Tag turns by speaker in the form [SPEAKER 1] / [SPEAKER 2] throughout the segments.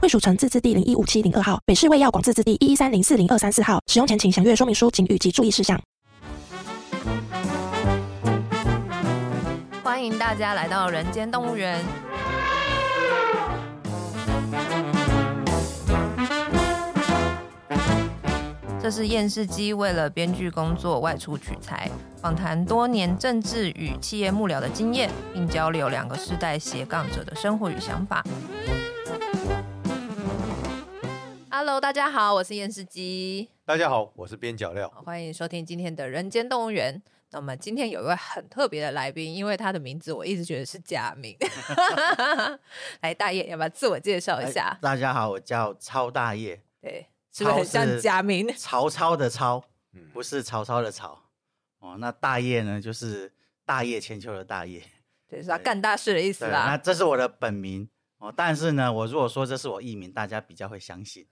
[SPEAKER 1] 惠蜀城自治地零一五七零二号，北市卫药广自治地一一三零四零二三四号。使用前请详阅说明书请及注意事项。
[SPEAKER 2] 欢迎大家来到人间动物园。这是验视机为了编剧工作外出取材，访谈多年政治与企业幕僚的经验，并交流两个世代斜杠者的生活与想法。Hello，大家好，我是验视机。
[SPEAKER 3] 大家好，我是边角料。
[SPEAKER 2] 好欢迎收听今天的《人间动物园》。那么今天有一位很特别的来宾，因为他的名字我一直觉得是假名。 来，大爷，要不要自我介绍一下
[SPEAKER 4] 哎？大家好，我叫超大爷，
[SPEAKER 2] 对，是不是很
[SPEAKER 4] 超
[SPEAKER 2] 像
[SPEAKER 4] 是
[SPEAKER 2] 假 名？
[SPEAKER 4] 曹操的操，
[SPEAKER 3] 嗯，
[SPEAKER 4] 不是曹操的曹。哦，那大业呢，就是大业千秋的大业。
[SPEAKER 2] 对，是他啊干大事的意思
[SPEAKER 4] 对，那
[SPEAKER 3] 啊
[SPEAKER 2] 啦。
[SPEAKER 4] 这是我的本名哦，但是呢，我如果说这是我艺名，大家比较会相信。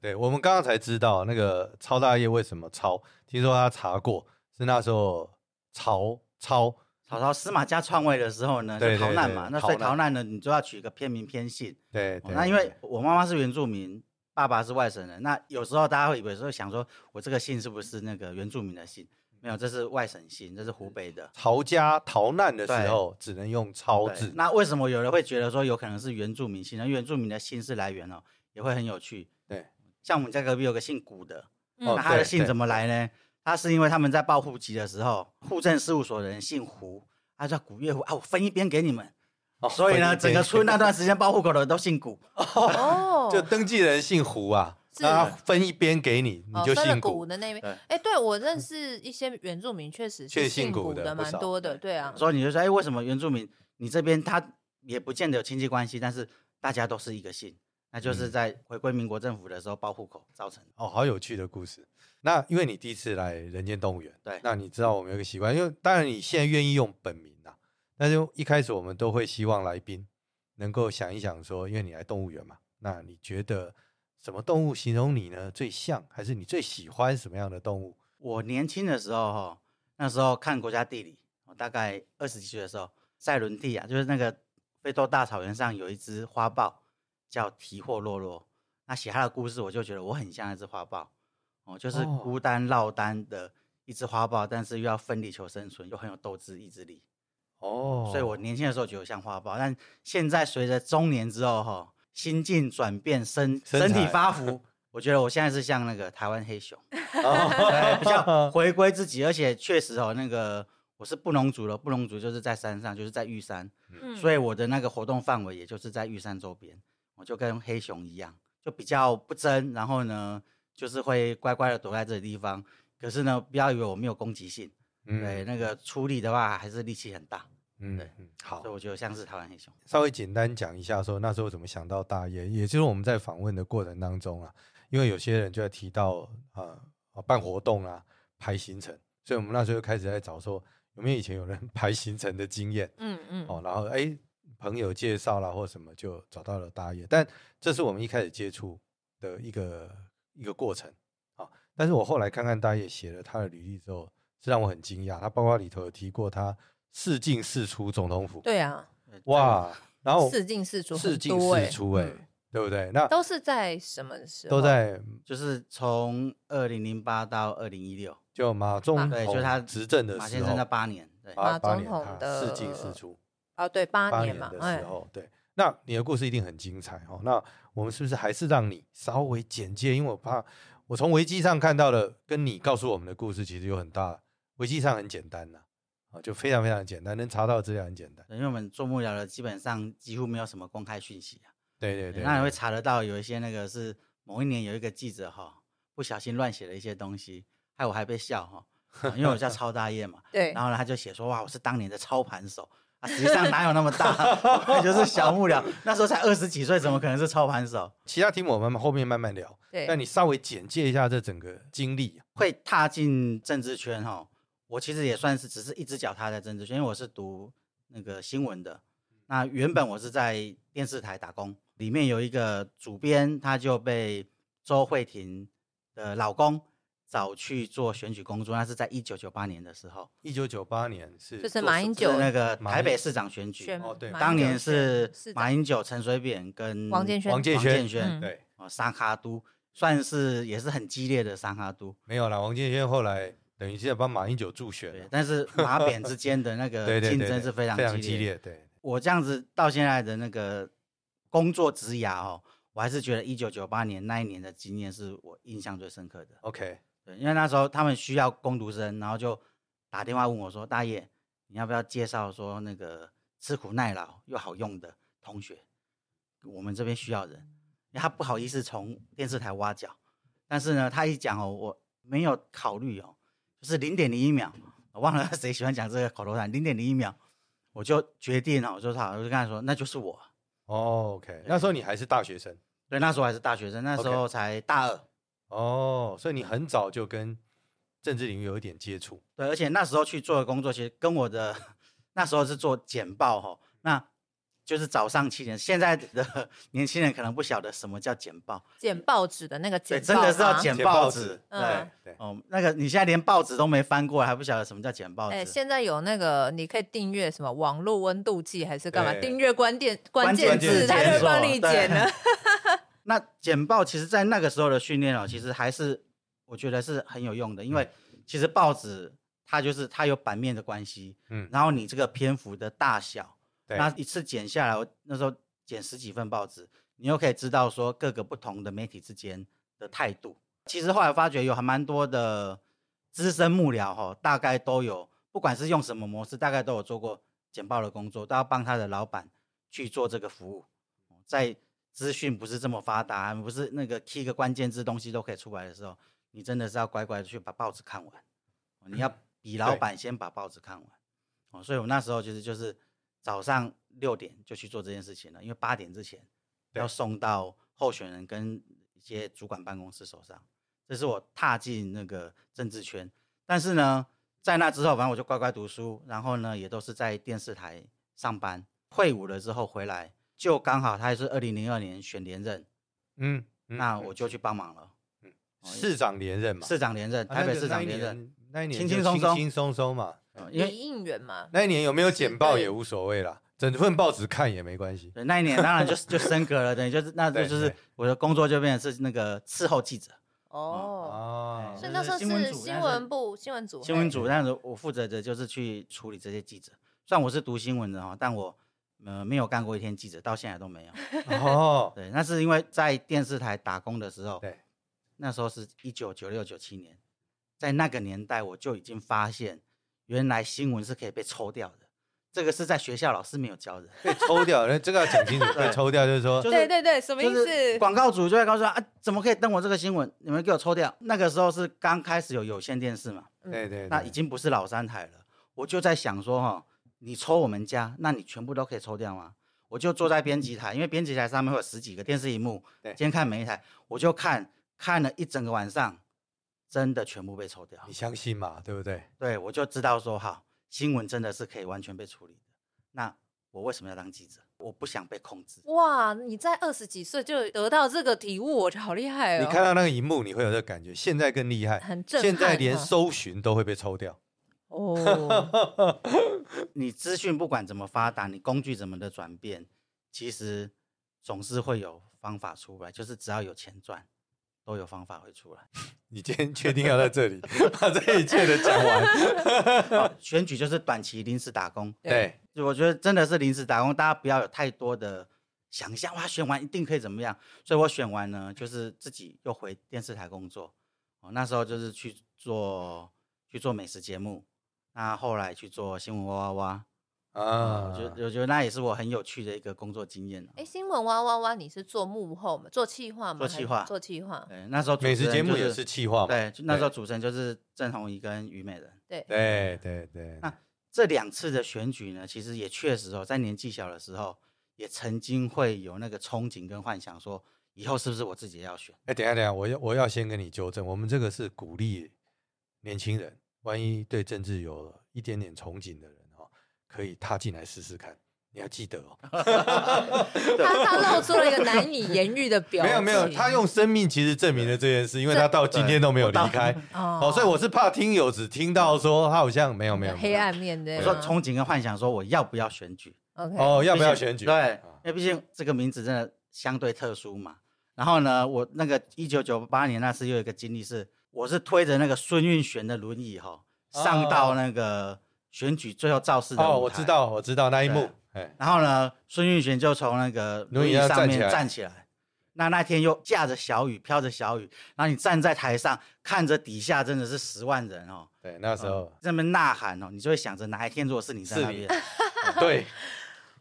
[SPEAKER 3] 对我们刚刚才知道那个超大业为什么超，听说他查过，是那时候曹操
[SPEAKER 4] 曹操司马家篡位的时候呢，
[SPEAKER 3] 对
[SPEAKER 4] 就
[SPEAKER 3] 对
[SPEAKER 4] 逃难
[SPEAKER 3] 对
[SPEAKER 4] 嘛，那所以
[SPEAKER 3] 逃难
[SPEAKER 4] 逃难呢，你就要取一个偏名偏姓。
[SPEAKER 3] 对
[SPEAKER 4] 哦
[SPEAKER 3] 对，
[SPEAKER 4] 那因
[SPEAKER 3] 对
[SPEAKER 4] 为我妈妈是原住民，爸爸是外省人，那有时候大家会有时候想说，我这个姓是不是那个原住民的姓？没有，这是外省姓，这是湖北的。
[SPEAKER 3] 曹家逃难的时
[SPEAKER 4] 对
[SPEAKER 3] 候只能用超
[SPEAKER 4] 对
[SPEAKER 3] 字，
[SPEAKER 4] 那为什么有人会觉得说有可能是原住民姓呢？因为原住民的姓氏来源哦，也会很有趣。
[SPEAKER 3] 对，哦
[SPEAKER 4] 像我们家隔壁有个姓古的，
[SPEAKER 2] 嗯
[SPEAKER 4] 那他的姓怎
[SPEAKER 3] 么
[SPEAKER 4] 么来呢？他是因为他们在报户籍的时候，户政事务所的人姓胡，他叫古月胡啊，我分一边给你们。
[SPEAKER 3] 哦
[SPEAKER 4] 所以呢，整个 村那段时间报户口的都姓古，
[SPEAKER 2] 哦
[SPEAKER 3] 就登记人姓胡啊，
[SPEAKER 2] 是
[SPEAKER 3] 那他分一边给你，你
[SPEAKER 2] 哦
[SPEAKER 3] 就
[SPEAKER 2] 分了
[SPEAKER 3] 姓
[SPEAKER 2] 谷
[SPEAKER 3] 古。
[SPEAKER 2] 的那边
[SPEAKER 4] 对，
[SPEAKER 2] 哎，对我认识一些原住民，确实
[SPEAKER 3] 确
[SPEAKER 2] 是
[SPEAKER 3] 实姓
[SPEAKER 2] 谷
[SPEAKER 3] 谷的不
[SPEAKER 2] 蛮
[SPEAKER 3] 少
[SPEAKER 2] 多的，对
[SPEAKER 3] 嗯
[SPEAKER 2] 啊，
[SPEAKER 4] 所以你就说，哎，为什么原住民你这边他也不见得有亲戚关系，但是大家都是一个姓，那就是
[SPEAKER 3] 嗯
[SPEAKER 4] 在回归民国政府的时候报户口造成的。
[SPEAKER 3] 哦，好有趣的故事。那因为你第一次来人间动物园，
[SPEAKER 4] 对
[SPEAKER 3] 那你知道我们有个习惯，因为当然你现在愿意用本名啦、但是一开始我们都会希望来宾能够想一想说，因为你来动物园嘛，那你觉得什么动物形容你呢最像，还是你最喜欢什么样的动物？
[SPEAKER 4] 我年轻的时候哈，那时候看国家地理，我大概二十几岁的时候，塞伦蒂亚就是那个非洲大草原上有一只花豹叫提霍洛洛，那写它的故事，我就觉得我很像那只花豹，哦，就是
[SPEAKER 3] 哦
[SPEAKER 4] 孤单落单的一只花豹，但是又要奋力求生存，又很有斗志意志力，
[SPEAKER 3] 哦
[SPEAKER 4] 所以我年 轻的时候觉得我像花豹，但现在随着中年之后哈，心境转变，身
[SPEAKER 3] 身
[SPEAKER 4] 身体
[SPEAKER 3] 材
[SPEAKER 4] 发福。我觉得我现在是像那个台湾黑熊，对，
[SPEAKER 3] 哦
[SPEAKER 4] 比较哎回归自己，而且确实哦，那个我是布农族的，布农族就是在山上，就是在玉山，
[SPEAKER 2] 嗯
[SPEAKER 4] 所以我的那个活动范围也就是在玉山周边，我就跟黑熊一样，就比较不争，然后呢，就是会乖乖的躲在这个地方。可是呢，不要以为我没有攻击性，
[SPEAKER 3] 嗯
[SPEAKER 4] 对，那个出力的话还是力气很大，
[SPEAKER 3] 嗯
[SPEAKER 4] 对
[SPEAKER 3] 嗯好
[SPEAKER 4] 所以，我觉得像是台湾黑熊。
[SPEAKER 3] 稍微简单讲一下说那时候怎么想到大业，也就是我们在访问的过程当中啊，因为有些人就在提到啊、呃、办活动啊、排行程，所以我们那时候就开始在找说有没有以前有人 排行程的经验
[SPEAKER 2] 嗯嗯，
[SPEAKER 3] 哦，然后哎朋友介绍啦或什么就找到了大业，但这是我们一开始接触的一个一个过程啊、但是我后来看看大业写了他的履历之后，是让我很惊讶，他包括里头有提过他四进四出总统府，
[SPEAKER 2] 对啊，
[SPEAKER 4] 对，
[SPEAKER 3] 哇，然后
[SPEAKER 2] 四进四出很多欸，
[SPEAKER 3] 四进四出哎、
[SPEAKER 2] 嗯
[SPEAKER 3] 对不对？那
[SPEAKER 2] 都啊是在什么时候？
[SPEAKER 3] 都在
[SPEAKER 4] 就是从二零零八到二零一六，
[SPEAKER 3] 就马总统
[SPEAKER 4] 对，就是他
[SPEAKER 3] 哦执政的
[SPEAKER 4] 马
[SPEAKER 3] 时
[SPEAKER 4] 先
[SPEAKER 3] 候啊
[SPEAKER 4] 生，的八年，对，
[SPEAKER 3] 八
[SPEAKER 2] 马
[SPEAKER 3] 八
[SPEAKER 2] 总
[SPEAKER 3] 年
[SPEAKER 2] 统
[SPEAKER 3] 他
[SPEAKER 2] 的
[SPEAKER 3] 四进四出，
[SPEAKER 2] 哦，对，八
[SPEAKER 3] 八
[SPEAKER 2] 年
[SPEAKER 3] 年
[SPEAKER 2] 嘛，
[SPEAKER 3] 的
[SPEAKER 2] 哎
[SPEAKER 3] 时，候，对。那你的故事一定很精彩哦。那我们是不是还是让你稍微简介？因为我怕我从维基上看到的，跟你告诉我们的故事其实有很大。维基上很简单呐、啊，就非常非常简单，能查到的资料很简单。
[SPEAKER 4] 因为我们做幕僚的基本上几乎没有什么公开讯息啊，
[SPEAKER 3] 对对对，
[SPEAKER 4] 那你
[SPEAKER 3] 对
[SPEAKER 4] 会查得到有一些那个是某一年有一个记者哈不小心乱写了一些东西，害 我还被笑哈，啊因为我叫超大业嘛，
[SPEAKER 2] 对
[SPEAKER 4] 然，后呢他就写说哇我是当年的操盘手，啊啊实际上哪有那么大， 我就是小幕僚。那时候才二十几岁，怎么可能是操盘手？
[SPEAKER 3] 其他题目我们后面慢慢聊，
[SPEAKER 2] 对，
[SPEAKER 3] 但你稍微简介一下这整个经历。啊
[SPEAKER 4] 会踏进政治圈哈，我其实也算是只是一只脚踏在政治圈，因为我是读那个新闻的。那原本我是在电视台打工，里面有一个主编，他就被周慧婷的老公找去做选举工作，那是在一九九八年的时候，
[SPEAKER 3] 一九九八年是
[SPEAKER 2] 就是马英九
[SPEAKER 4] 是那个台
[SPEAKER 3] 马
[SPEAKER 4] 北
[SPEAKER 3] 英
[SPEAKER 4] 市长选举
[SPEAKER 2] 选，
[SPEAKER 3] 哦对
[SPEAKER 2] 马英
[SPEAKER 4] 当
[SPEAKER 2] 九
[SPEAKER 4] 年是
[SPEAKER 2] 选市
[SPEAKER 4] 马
[SPEAKER 2] 长
[SPEAKER 4] 英九、陈水扁跟
[SPEAKER 2] 王建轩
[SPEAKER 3] 王建
[SPEAKER 4] 王
[SPEAKER 3] 轩
[SPEAKER 4] 建轩
[SPEAKER 2] 嗯
[SPEAKER 3] 对，
[SPEAKER 4] 哦沙卡都，算是也是很激烈的沙卡都。
[SPEAKER 3] 没有啦，王建轩后来等于是帮马英九助选
[SPEAKER 4] 对
[SPEAKER 3] 了，，
[SPEAKER 4] 但是马扁之间的 那
[SPEAKER 3] 对
[SPEAKER 4] 个
[SPEAKER 3] 对
[SPEAKER 4] 竞
[SPEAKER 3] 对，
[SPEAKER 4] 争
[SPEAKER 3] 对
[SPEAKER 4] 是非常
[SPEAKER 3] 非常
[SPEAKER 4] 激
[SPEAKER 3] 激
[SPEAKER 4] 烈。
[SPEAKER 3] 烈，对，
[SPEAKER 4] 我这样子到现在的那个工作职涯哦，我还是觉得一九九八年那一年的经验是我印象最深刻的。
[SPEAKER 3] OK，
[SPEAKER 4] 对，因为那时候他们需要工读生，然后就打电话问我说：“大爷，你要不要介绍说那个吃苦耐劳又好用的同学？我们这边需要人。”因为他不好意思从电视台挖角，但是呢，他一讲哦，我没有考虑哦，就是零点零一秒，我忘了谁喜欢讲这个口头禅，零点零一秒，我就决定哦了，我就好，我就跟他说，那就是我。
[SPEAKER 3] 哦，OK，那时候你还是大学生
[SPEAKER 4] 对，那时候还是大学生，那时
[SPEAKER 3] OK
[SPEAKER 4] 候才大二。
[SPEAKER 3] 哦，所以你很早就跟政治领域有一点接触，
[SPEAKER 4] 对，而且那时候去做的工作，其实跟我的那时候是做简报哈，
[SPEAKER 2] 嗯
[SPEAKER 4] 那就是早上七点。现在的 年轻人可能不晓得什么叫简报，
[SPEAKER 2] 剪报纸的那个剪
[SPEAKER 4] 对，
[SPEAKER 2] 报，啊
[SPEAKER 4] 真的是要剪
[SPEAKER 3] 剪
[SPEAKER 4] 报
[SPEAKER 3] 报
[SPEAKER 4] 纸
[SPEAKER 3] 纸。
[SPEAKER 2] 嗯
[SPEAKER 3] 对对，
[SPEAKER 4] 哦，那个你现在连报纸都没翻过，还不晓得什么叫剪报纸。
[SPEAKER 2] 哎，现在有那个，你可以订阅什么网络温度计还是干嘛？
[SPEAKER 3] 对
[SPEAKER 2] 订阅关键
[SPEAKER 4] 关
[SPEAKER 2] 关
[SPEAKER 4] 键
[SPEAKER 2] 键
[SPEAKER 3] 字
[SPEAKER 2] 字，它就会帮你
[SPEAKER 4] 检索
[SPEAKER 2] 剪了。
[SPEAKER 4] 那简报其实，在那个时候的训练哦，其实还是我觉得是很有用的，因为其实报纸它就是它有版面的关系，
[SPEAKER 3] 嗯，
[SPEAKER 4] 然后你这个篇幅的大小，
[SPEAKER 3] 对
[SPEAKER 4] 那一次剪下来，我那时候剪十几份报纸，你又可以知道说各个不同的媒体之间的态度。其实后来发觉有还蛮多的资深幕僚哈、哦，大概都有，不管是用什么模式，大概都有做过简报的工作，都要帮他的老板去做这个服务。在资讯不是这么发达，不是那个 key 个关键字东西都可以出来的时候，你真的是要乖乖的去把报纸看完，你要比老
[SPEAKER 3] 对
[SPEAKER 4] 板先把报纸看完。哦，所以我那时候其实就是早上六点就去做这件事情了，因为八点之前
[SPEAKER 3] 对
[SPEAKER 4] 要送到候选人跟一些主管办公室手上。这是我踏进那个政治圈，但是呢，在那之后，反正我就乖乖读书，然后呢，也都是在电视台上班。退伍了之后回来，就刚好他是二零零二年选连任，
[SPEAKER 3] 嗯，嗯
[SPEAKER 4] 那
[SPEAKER 3] 嗯
[SPEAKER 4] 我就去帮忙了。哦
[SPEAKER 3] 市长连任嘛，
[SPEAKER 4] 市长连任，
[SPEAKER 3] 啊
[SPEAKER 4] 台
[SPEAKER 3] 那
[SPEAKER 4] 北
[SPEAKER 3] 个
[SPEAKER 4] 市
[SPEAKER 3] 那
[SPEAKER 4] 长
[SPEAKER 3] 一
[SPEAKER 4] 连
[SPEAKER 3] 年
[SPEAKER 4] 任，
[SPEAKER 3] 那一年
[SPEAKER 4] 轻
[SPEAKER 3] 就
[SPEAKER 4] 轻松松
[SPEAKER 3] 轻轻松松嘛，
[SPEAKER 4] 哦 因为
[SPEAKER 2] 李应援嘛，
[SPEAKER 3] 那一年有没有简报
[SPEAKER 2] 对
[SPEAKER 3] 也无所谓啦，整份报纸看也没关系。
[SPEAKER 4] 对，那一年当然就就升格了，等于就是那就
[SPEAKER 3] 对
[SPEAKER 4] 就是
[SPEAKER 3] 对
[SPEAKER 4] 我的工作就变成是那个事后记者，
[SPEAKER 2] 哦，
[SPEAKER 3] 哦
[SPEAKER 2] 所以那时候
[SPEAKER 4] 新闻
[SPEAKER 2] 是
[SPEAKER 4] 组
[SPEAKER 2] 新
[SPEAKER 4] 那是
[SPEAKER 2] 闻部新闻组，
[SPEAKER 4] 新闻
[SPEAKER 2] 嘿
[SPEAKER 4] 组，但是我负责的就是去处理这些记者。虽然我是读新闻的哈，但我呃没有干过一天记者，到现在都没有。
[SPEAKER 3] 哦，
[SPEAKER 4] 对，那是因为在电视台打工的时候，
[SPEAKER 3] 对，
[SPEAKER 4] 那时候是一九九六九七年，在那个年代我就已经发现，原来新闻是可以被抽掉的。这个是在学校老师没有教的，
[SPEAKER 3] 被抽掉，那这个要讲清楚，
[SPEAKER 4] 对
[SPEAKER 3] 被抽掉就是说
[SPEAKER 4] 就，
[SPEAKER 2] 对
[SPEAKER 4] 是
[SPEAKER 2] 对对，什么意
[SPEAKER 4] 就是
[SPEAKER 2] 思？
[SPEAKER 4] 广告主就会告诉他啊，怎么可以登我这个新闻？你们给我抽掉。那个时候是刚开始有有线电视嘛，
[SPEAKER 3] 对对，
[SPEAKER 4] 那
[SPEAKER 3] 对
[SPEAKER 4] 已经不是老三台了。我就在想说哈、你抽我们家，那你全部都可以抽掉吗？我就坐在编辑台，因为编辑台上面会有十几个电视荧幕，
[SPEAKER 3] 嗯对
[SPEAKER 4] 今天看每一台，我就看看了一整个晚上，真的全部被抽掉
[SPEAKER 3] 你。相信嘛，对不对？
[SPEAKER 4] 对，我就知道说好，新闻真的是可以完全被处理的。那我为什么要当记者？我不想被控制。
[SPEAKER 2] 哇，你在二十几岁就得到这个体悟，我觉得好厉害哦！
[SPEAKER 3] 你看到那个荧幕，你会有这个感觉。现在更厉害，
[SPEAKER 2] 很震撼
[SPEAKER 3] 现
[SPEAKER 2] 啊，
[SPEAKER 3] 在连搜寻都会被抽掉。
[SPEAKER 2] 哦，
[SPEAKER 4] 你资讯不管怎么发达，你工具怎么的转变，其实总是会有方法出来，就是只要有钱赚，都有方法会出来。
[SPEAKER 3] 你今天确定要在这里把这一切的讲完？
[SPEAKER 4] 哦选举就是短期临时打工，
[SPEAKER 3] 对，
[SPEAKER 4] 就我觉得真的是临时打工，大家不要有太多的想象，哇，选完一定可以怎么样。所以我选完呢，就是自己又回电视台工作。哦，那时候就是去做去做美食节目，那后来去做新闻哇哇哇，啊、
[SPEAKER 3] 啊，
[SPEAKER 4] 我觉得我觉得那也是我很有趣的一个工作经验、
[SPEAKER 2] 哎，新闻哇哇哇，你是做幕后嘛？做企划吗？
[SPEAKER 4] 做企划
[SPEAKER 2] 还是做企划。
[SPEAKER 4] 对，那时候主
[SPEAKER 3] 美
[SPEAKER 4] 持
[SPEAKER 3] 食
[SPEAKER 4] 人
[SPEAKER 3] 节
[SPEAKER 4] 就
[SPEAKER 3] 目也是企划嘛，
[SPEAKER 4] 对，就那时候主持人就是郑红怡跟虞美人。
[SPEAKER 2] 对，
[SPEAKER 3] 对对对
[SPEAKER 4] 那这两次的选举呢，其实也确实哦，在年纪小的时候，也曾经会有那个憧憬跟幻想说以后是不是我自己要选？
[SPEAKER 3] 哎，等一下等一下，我要我要先跟你纠正，我们这个是鼓励年轻人，万一对政治有一点点憧憬的人哦，可以踏进来试试看。你要记得哦，
[SPEAKER 5] 他他露出了一个难以言喻的表
[SPEAKER 3] 没
[SPEAKER 5] 情。
[SPEAKER 3] 有没有，他用生命其实证明了这件事，因为他到今天都没有离开。哦，所以我是怕听友只听到说他好像没有没有没有
[SPEAKER 5] 黑暗面对啊
[SPEAKER 4] 我
[SPEAKER 5] 吗。
[SPEAKER 4] 说憧憬跟幻想，说我要不要选举？
[SPEAKER 5] OK，
[SPEAKER 3] 哦，要
[SPEAKER 4] 毕
[SPEAKER 3] 不要
[SPEAKER 4] 竟
[SPEAKER 3] 选举？
[SPEAKER 4] 对，
[SPEAKER 3] 啊
[SPEAKER 4] 因为毕竟这个名字真的相对特殊嘛。然后呢，我那个一九九八年那次又有一个经历是，我是推着那个孙运璇的轮椅哈，上到那个选举最后造势的
[SPEAKER 3] 哦，
[SPEAKER 4] 舞
[SPEAKER 3] 我
[SPEAKER 4] 台
[SPEAKER 3] 知。道我知道那一幕，哎，
[SPEAKER 4] 然后呢，孙运璇就从那个
[SPEAKER 3] 轮
[SPEAKER 4] 轮
[SPEAKER 3] 椅
[SPEAKER 4] 椅
[SPEAKER 3] 上
[SPEAKER 4] 上
[SPEAKER 3] 站起
[SPEAKER 4] 面
[SPEAKER 3] 来
[SPEAKER 4] 站起来。那那天又下着小雨，飘着小雨，然后你站在台上看着底下真的是十万人哦，
[SPEAKER 3] 对，那时候
[SPEAKER 4] 嗯在那边呐喊哦，你就会想着哪一天如果是你在
[SPEAKER 3] 是
[SPEAKER 4] 那
[SPEAKER 3] 你
[SPEAKER 4] 边，嗯
[SPEAKER 3] 对，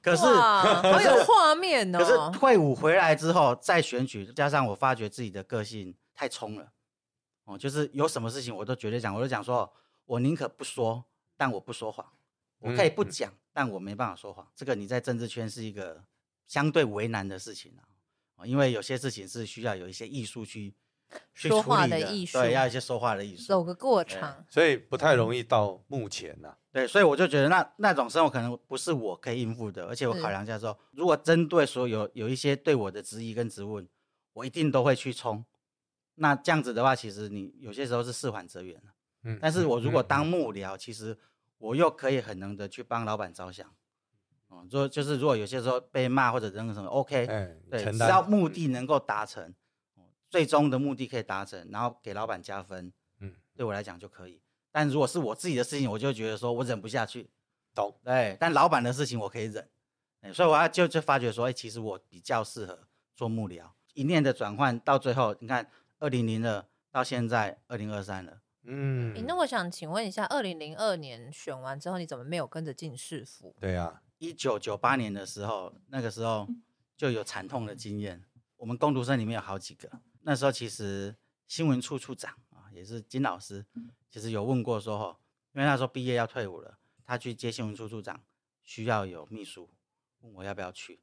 [SPEAKER 4] 可是
[SPEAKER 5] 哇好有画面
[SPEAKER 4] 可是
[SPEAKER 5] 哦。
[SPEAKER 4] 退伍回来之后再选举，加上我发觉自己的个性太冲了，哦，就是有什么事情我都绝对讲，我就讲说，我宁可不说，但我不说谎，我可以不
[SPEAKER 3] 嗯嗯
[SPEAKER 4] 讲，但我没办法说谎。这个你在政治圈是一个相对为难的事情啊，哦因为有些事情是需要有一些艺术去去
[SPEAKER 5] 说
[SPEAKER 4] 处
[SPEAKER 5] 话
[SPEAKER 4] 理
[SPEAKER 5] 的
[SPEAKER 4] 的
[SPEAKER 5] 艺术
[SPEAKER 4] 对，要有一些说话的艺术，
[SPEAKER 5] 走个过场，
[SPEAKER 3] 所以不太容易到目前啊呐、
[SPEAKER 4] 对，所以我就觉得那那种生活可能不是我可以应付的，而且我
[SPEAKER 5] 是
[SPEAKER 3] 嗯
[SPEAKER 4] 考量一下说，如果针对所有有一些对我的质疑跟质问，我一定都会去冲。那这样子的话，其实你有些时候是事缓则圆了
[SPEAKER 3] 嗯，
[SPEAKER 4] 但是我如
[SPEAKER 3] 嗯
[SPEAKER 4] 果
[SPEAKER 3] 嗯
[SPEAKER 4] 当幕僚，其实我又可以很能的去帮老板着想。嗯，就就是如果有些时候被骂或者扔什么，OK，、
[SPEAKER 3] 哎，
[SPEAKER 4] 对，
[SPEAKER 3] 承
[SPEAKER 4] 只
[SPEAKER 3] 担
[SPEAKER 4] 要目的能够达成，哦最终的目的可以达成，然后给老板加分，
[SPEAKER 3] 嗯
[SPEAKER 4] 嗯，对我来讲就可以。但如果是我自己的事情，我就觉得说我忍不下去，
[SPEAKER 3] 懂
[SPEAKER 4] 对。但老板的事情我可以忍，哎所以我要就就发觉说，哎、其实我比较适合做幕僚。一念的转换到最后，你看二零零二到现在二零二三了，
[SPEAKER 3] 嗯
[SPEAKER 2] 诶，那我想请问一下，二零零二年选完之后，你怎么没有跟着进市府？
[SPEAKER 3] 对啊，
[SPEAKER 4] 一九九八年的时候，那个时候就有惨痛的经验。我们工读生里面有好几个，那时候其实新闻处处长啊，也是金老师，其实有问过说吼，因为那时候毕业要退伍了，他去接新闻处处长需要有秘书，问我要不要去，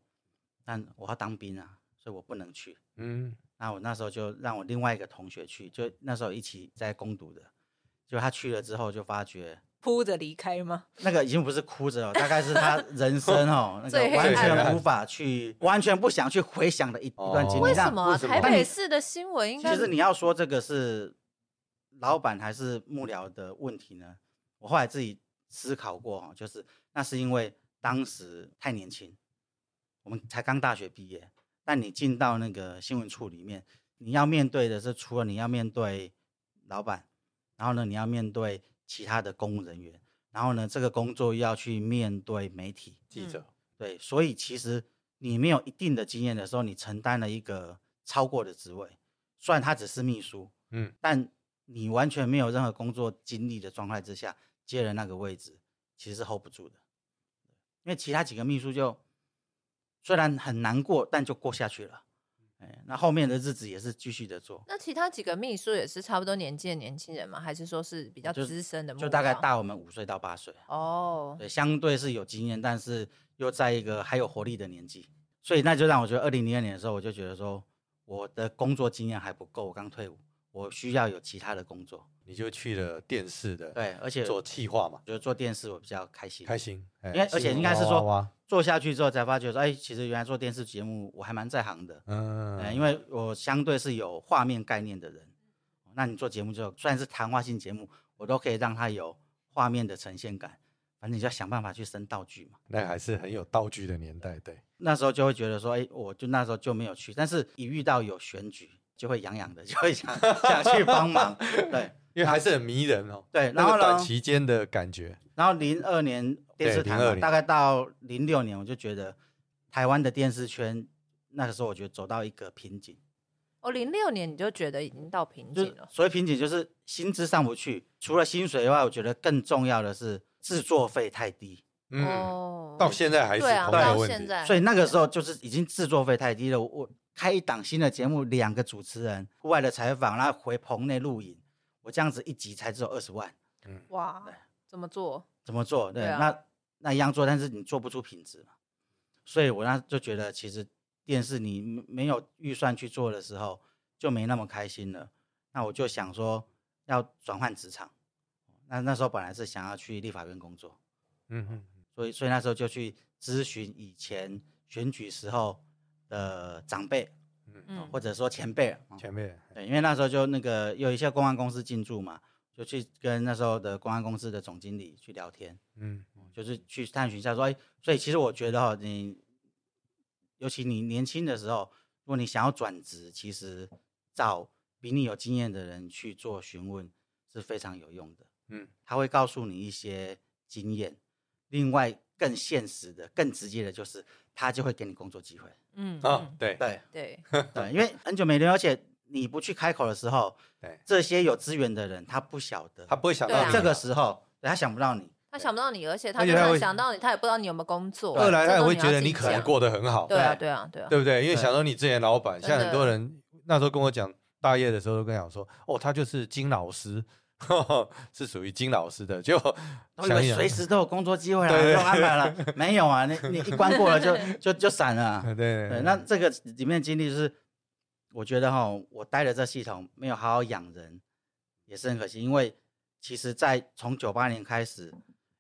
[SPEAKER 4] 但我要当兵啊，所以我不能去。
[SPEAKER 3] 嗯，
[SPEAKER 4] 那我那时候就让我另外一个同学去，就那时候一起在攻读的，就他去了之后就发觉
[SPEAKER 5] 哭着离开吗？
[SPEAKER 4] 那个已经不是哭着了，大概是他人生哦，那
[SPEAKER 5] 最
[SPEAKER 4] 个
[SPEAKER 5] 黑
[SPEAKER 4] 完
[SPEAKER 3] 暗的
[SPEAKER 4] 全无法去，完全不想去回想的一一段经历。
[SPEAKER 3] 哦为
[SPEAKER 5] 为
[SPEAKER 3] 什
[SPEAKER 5] 什
[SPEAKER 4] 那
[SPEAKER 5] 么啊
[SPEAKER 3] 为什么
[SPEAKER 5] 台
[SPEAKER 4] 那
[SPEAKER 5] 北
[SPEAKER 4] 你
[SPEAKER 5] 市的新闻应该
[SPEAKER 4] 其实你要说这个是老板还是幕僚的问题呢？我后来自己思考过哦，就是那是因为当时太年轻，我们才刚大学毕业。但你进到那个新闻处里面，你要面对的是，除了你要面对老板，然后呢，你要面对其他的公务人员，然后呢，这个工作又要去面对媒体，
[SPEAKER 3] 记者，
[SPEAKER 4] 对，所以其实你没有一定的经验的时候，你承担了一个超过的职位，虽然他只是秘书，
[SPEAKER 3] 嗯，
[SPEAKER 4] 但你完全没有任何工作经历的状态之下接了那个位置，其实是 hold 不住的，因为其他几个秘书就虽然很难过，但就过下去了。哎，那后面的日子也是继续的做，
[SPEAKER 2] 那其他几个秘书也是差不多年纪的年轻人吗？还是说是比较
[SPEAKER 4] 就
[SPEAKER 2] 资深的幕僚？
[SPEAKER 4] 就大概大我们五岁到八岁。
[SPEAKER 2] 哦，
[SPEAKER 4] 对，相对是有经验，但是又在一个还有活力的年纪，所以那就让我觉得，二零零二年的时候，我就觉得说，我的工作经验还不够，我刚退伍，我需要有其他的工作。
[SPEAKER 3] 你就去了电视的，，
[SPEAKER 4] 对，而且
[SPEAKER 3] 做
[SPEAKER 4] 我
[SPEAKER 3] 企划嘛，
[SPEAKER 4] 觉得做电视我比较开心，
[SPEAKER 3] 开心，因
[SPEAKER 4] 因为而且应该是
[SPEAKER 3] 哇
[SPEAKER 4] 说
[SPEAKER 3] 哇，
[SPEAKER 4] 做下去之后才发觉说，哎，其实原来做电视节目我还蛮在行的，
[SPEAKER 3] 嗯，
[SPEAKER 4] 嗯，因为我相对是有画面概念的人，那你做节目之后，虽然是谈话性节目，我都可以让它有画面的呈现感，反正你就要想办法去生道具嘛。
[SPEAKER 3] 那还是很有道具的年代，对，
[SPEAKER 4] 那时候就会觉得说，哎、我就那时候就没有去，但是一遇到有选举，就会痒痒的， 就会想想去帮忙。对
[SPEAKER 3] 因为还是很迷人哦，
[SPEAKER 4] 对，
[SPEAKER 3] 那
[SPEAKER 4] 然后
[SPEAKER 3] 个短
[SPEAKER 4] 呢，
[SPEAKER 3] 期间的感觉，
[SPEAKER 4] 然后零二年电视台
[SPEAKER 3] 对02
[SPEAKER 4] 嘛，
[SPEAKER 3] 年
[SPEAKER 4] 大概到零六年，我就觉得台湾的电视圈那个时候，我觉得走到一个瓶颈，
[SPEAKER 2] 哦，零六年你就觉得已经到瓶
[SPEAKER 4] 就
[SPEAKER 2] 颈
[SPEAKER 4] 是
[SPEAKER 2] 了，
[SPEAKER 4] 所谓瓶颈就是薪资上不去，除了薪水以外，我觉得更重要的是制作费太低。
[SPEAKER 3] 嗯，
[SPEAKER 2] 哦，
[SPEAKER 3] 到现在还是
[SPEAKER 2] 对啊，
[SPEAKER 3] 同样的
[SPEAKER 2] 到
[SPEAKER 3] 问
[SPEAKER 2] 现
[SPEAKER 3] 题，
[SPEAKER 5] 嗯
[SPEAKER 2] 在，
[SPEAKER 4] 所以那个时候就是已经制作费太低了。我我开一档新的节目，两个主持人，户外的采访，然后回棚内录影，我这样子一集才只有二十万，
[SPEAKER 2] 哇，
[SPEAKER 5] 怎么做？
[SPEAKER 4] 怎么做？对，
[SPEAKER 5] 对啊
[SPEAKER 4] 那那一样做，但是你做不出品质嘛。所以我那就觉得，其实电视你没没有预算去做的时候，就没那么开心了。那我就想说，要转换职场。那那时候本来是想要去立法院工作，
[SPEAKER 3] 嗯嗯，
[SPEAKER 4] 所以所以那时候就去咨询以前选举时候的长辈
[SPEAKER 2] 嗯，
[SPEAKER 4] 或者说前辈，哦
[SPEAKER 3] 前面
[SPEAKER 4] 对，因为那时候就那个有一些公安公司进驻嘛，就去跟那时候的公安公司的总经理去聊天。
[SPEAKER 3] 嗯
[SPEAKER 4] 就是去探寻一下说，哎，所以其实我觉得哈、你尤其你年轻的时候，如果你想要转职，其实找比你有经验的人去做询问是非常有用的。
[SPEAKER 3] 嗯，
[SPEAKER 4] 他会告诉你一些经验。另外，更现实的、更直接的就是，他就会给你工作机会。
[SPEAKER 2] 嗯
[SPEAKER 3] 啊
[SPEAKER 2] 嗯，
[SPEAKER 3] 对
[SPEAKER 4] 对
[SPEAKER 5] 对，
[SPEAKER 4] 对，因为很久没聊，而且你不去开口的时候，
[SPEAKER 3] 对，
[SPEAKER 4] 这些有资源的人他不晓得，呃
[SPEAKER 3] 他不会想
[SPEAKER 5] 对啊
[SPEAKER 3] 到
[SPEAKER 4] 这个
[SPEAKER 3] 是，
[SPEAKER 4] 时候对他想不到你。
[SPEAKER 5] 他想不到你，而且他
[SPEAKER 3] 而且
[SPEAKER 5] 就
[SPEAKER 3] 他会
[SPEAKER 5] 算想到你，他也不知道你有没有工作。
[SPEAKER 3] 二来
[SPEAKER 5] 这
[SPEAKER 3] 他也
[SPEAKER 5] 都
[SPEAKER 3] 会
[SPEAKER 5] 要
[SPEAKER 3] 觉得
[SPEAKER 5] 自己
[SPEAKER 3] 你可能
[SPEAKER 5] 讲
[SPEAKER 3] 过得很好，
[SPEAKER 5] 对啊，
[SPEAKER 4] 对
[SPEAKER 5] 对啊，对啊，
[SPEAKER 3] 对不对？因为
[SPEAKER 4] 对
[SPEAKER 3] 想到你之前老板，
[SPEAKER 5] 真
[SPEAKER 3] 像很
[SPEAKER 5] 的
[SPEAKER 3] 多人那时候跟我讲大业的时候，都跟我讲说，哦，他就是金老师， 是属于金老师的，就
[SPEAKER 4] 我以为随时都有工作机会啦，不用安排了，没有啊，你你一关过 了就就就散了啊。
[SPEAKER 3] 对嗯对
[SPEAKER 4] 对，那这个里面的经历就是，我觉得哈，我待的这系统没有好好养人，也是很可惜，因为其实，在从九八年开始，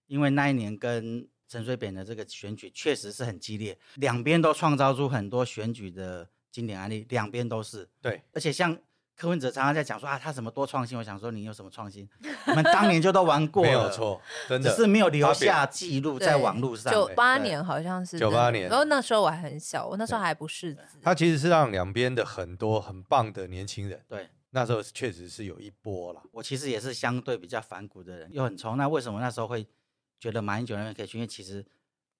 [SPEAKER 4] 因为那一年跟陈水扁的这个选举确实是很激烈，两边都创造出很多选举的经典案例，两边都是。
[SPEAKER 3] 对，
[SPEAKER 4] 而且像柯文哲常常在讲说啊，他什么多创新，我想说你有什么创新？我们当年就都玩过了，
[SPEAKER 3] 没有错，真
[SPEAKER 4] 只
[SPEAKER 3] 的
[SPEAKER 4] 是没有留
[SPEAKER 3] 发表
[SPEAKER 4] 下记录在网络上。
[SPEAKER 3] 就
[SPEAKER 4] 对
[SPEAKER 2] 九八
[SPEAKER 4] 对
[SPEAKER 2] 年好像是
[SPEAKER 3] 98
[SPEAKER 2] 那
[SPEAKER 3] 年
[SPEAKER 2] 然后那时候我还很小，我那时候还不识字。
[SPEAKER 3] 他其实是让两边的很多很棒的年轻人，
[SPEAKER 4] 对
[SPEAKER 3] 那时候确实是有一波啦。
[SPEAKER 4] 我其实也是相对比较反骨的人，又很冲。那为什么那时候会觉得马英九那边可以去？因为其实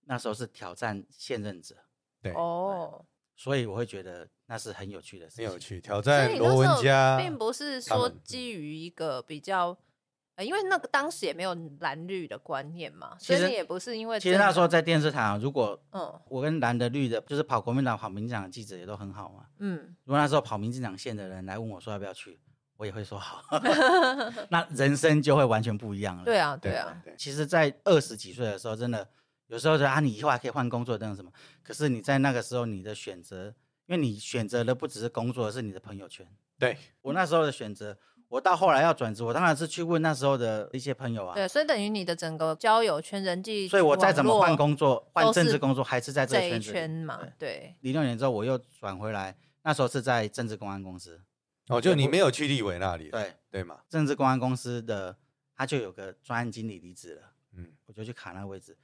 [SPEAKER 4] 那时候是挑战现任者，
[SPEAKER 3] 对
[SPEAKER 5] 哦，
[SPEAKER 4] 所以我会觉得那是很有趣的事
[SPEAKER 3] 很
[SPEAKER 4] 情。
[SPEAKER 3] 有趣，挑
[SPEAKER 5] 所
[SPEAKER 3] 战
[SPEAKER 5] 以你
[SPEAKER 3] 罗
[SPEAKER 5] 那
[SPEAKER 3] 文
[SPEAKER 5] 时
[SPEAKER 3] 佳
[SPEAKER 5] 候，并不是
[SPEAKER 3] 他
[SPEAKER 2] 说
[SPEAKER 3] 们
[SPEAKER 2] 基于一个比较，呃因为那个当时也没有蓝绿的观念嘛，所以
[SPEAKER 4] 其实
[SPEAKER 2] 你也不是因为
[SPEAKER 4] 其实
[SPEAKER 2] 这
[SPEAKER 4] 那
[SPEAKER 2] 个
[SPEAKER 4] 时候在电视台、啊，如果
[SPEAKER 2] 嗯
[SPEAKER 4] 我跟蓝的绿的，就是跑国民党、跑民进党的记者也都很好嘛。
[SPEAKER 2] 嗯，
[SPEAKER 4] 如果那时候跑民进党线的人来问我说要不要去，我也会 说好，那人生就会完全不一样了。
[SPEAKER 2] 对啊
[SPEAKER 3] 对
[SPEAKER 2] 对啊，
[SPEAKER 3] 对
[SPEAKER 4] 其实，在二十几岁的时候，真的有时候觉得啊，你以后还可以换工作等等什么。可是你在那个时候，你的选择，因为你选择的不只是工作，而是你的朋友圈。
[SPEAKER 3] 对，
[SPEAKER 4] 我那时候的选择，我到后来要转职，我当然是去问那时候的一些朋友啊。
[SPEAKER 2] 对，所以等于你的整个交友圈、人际，
[SPEAKER 4] 所以我再怎么换
[SPEAKER 2] 网络
[SPEAKER 4] 工作，换
[SPEAKER 2] 都
[SPEAKER 4] 政治
[SPEAKER 2] 是
[SPEAKER 4] 工作，还是在这个
[SPEAKER 2] 这
[SPEAKER 4] 圈
[SPEAKER 2] 一
[SPEAKER 4] 子
[SPEAKER 2] 圈
[SPEAKER 4] 里。
[SPEAKER 2] 嘛，对
[SPEAKER 4] 零六年之后，我又转回来，那时候是在政治公安公司。
[SPEAKER 3] 哦，就你没有去立委那里了，
[SPEAKER 4] 对，
[SPEAKER 3] 对嘛，
[SPEAKER 4] 政治公安公司的，他就有个专案经理离职了。
[SPEAKER 3] 嗯
[SPEAKER 4] 我就去卡那个位置。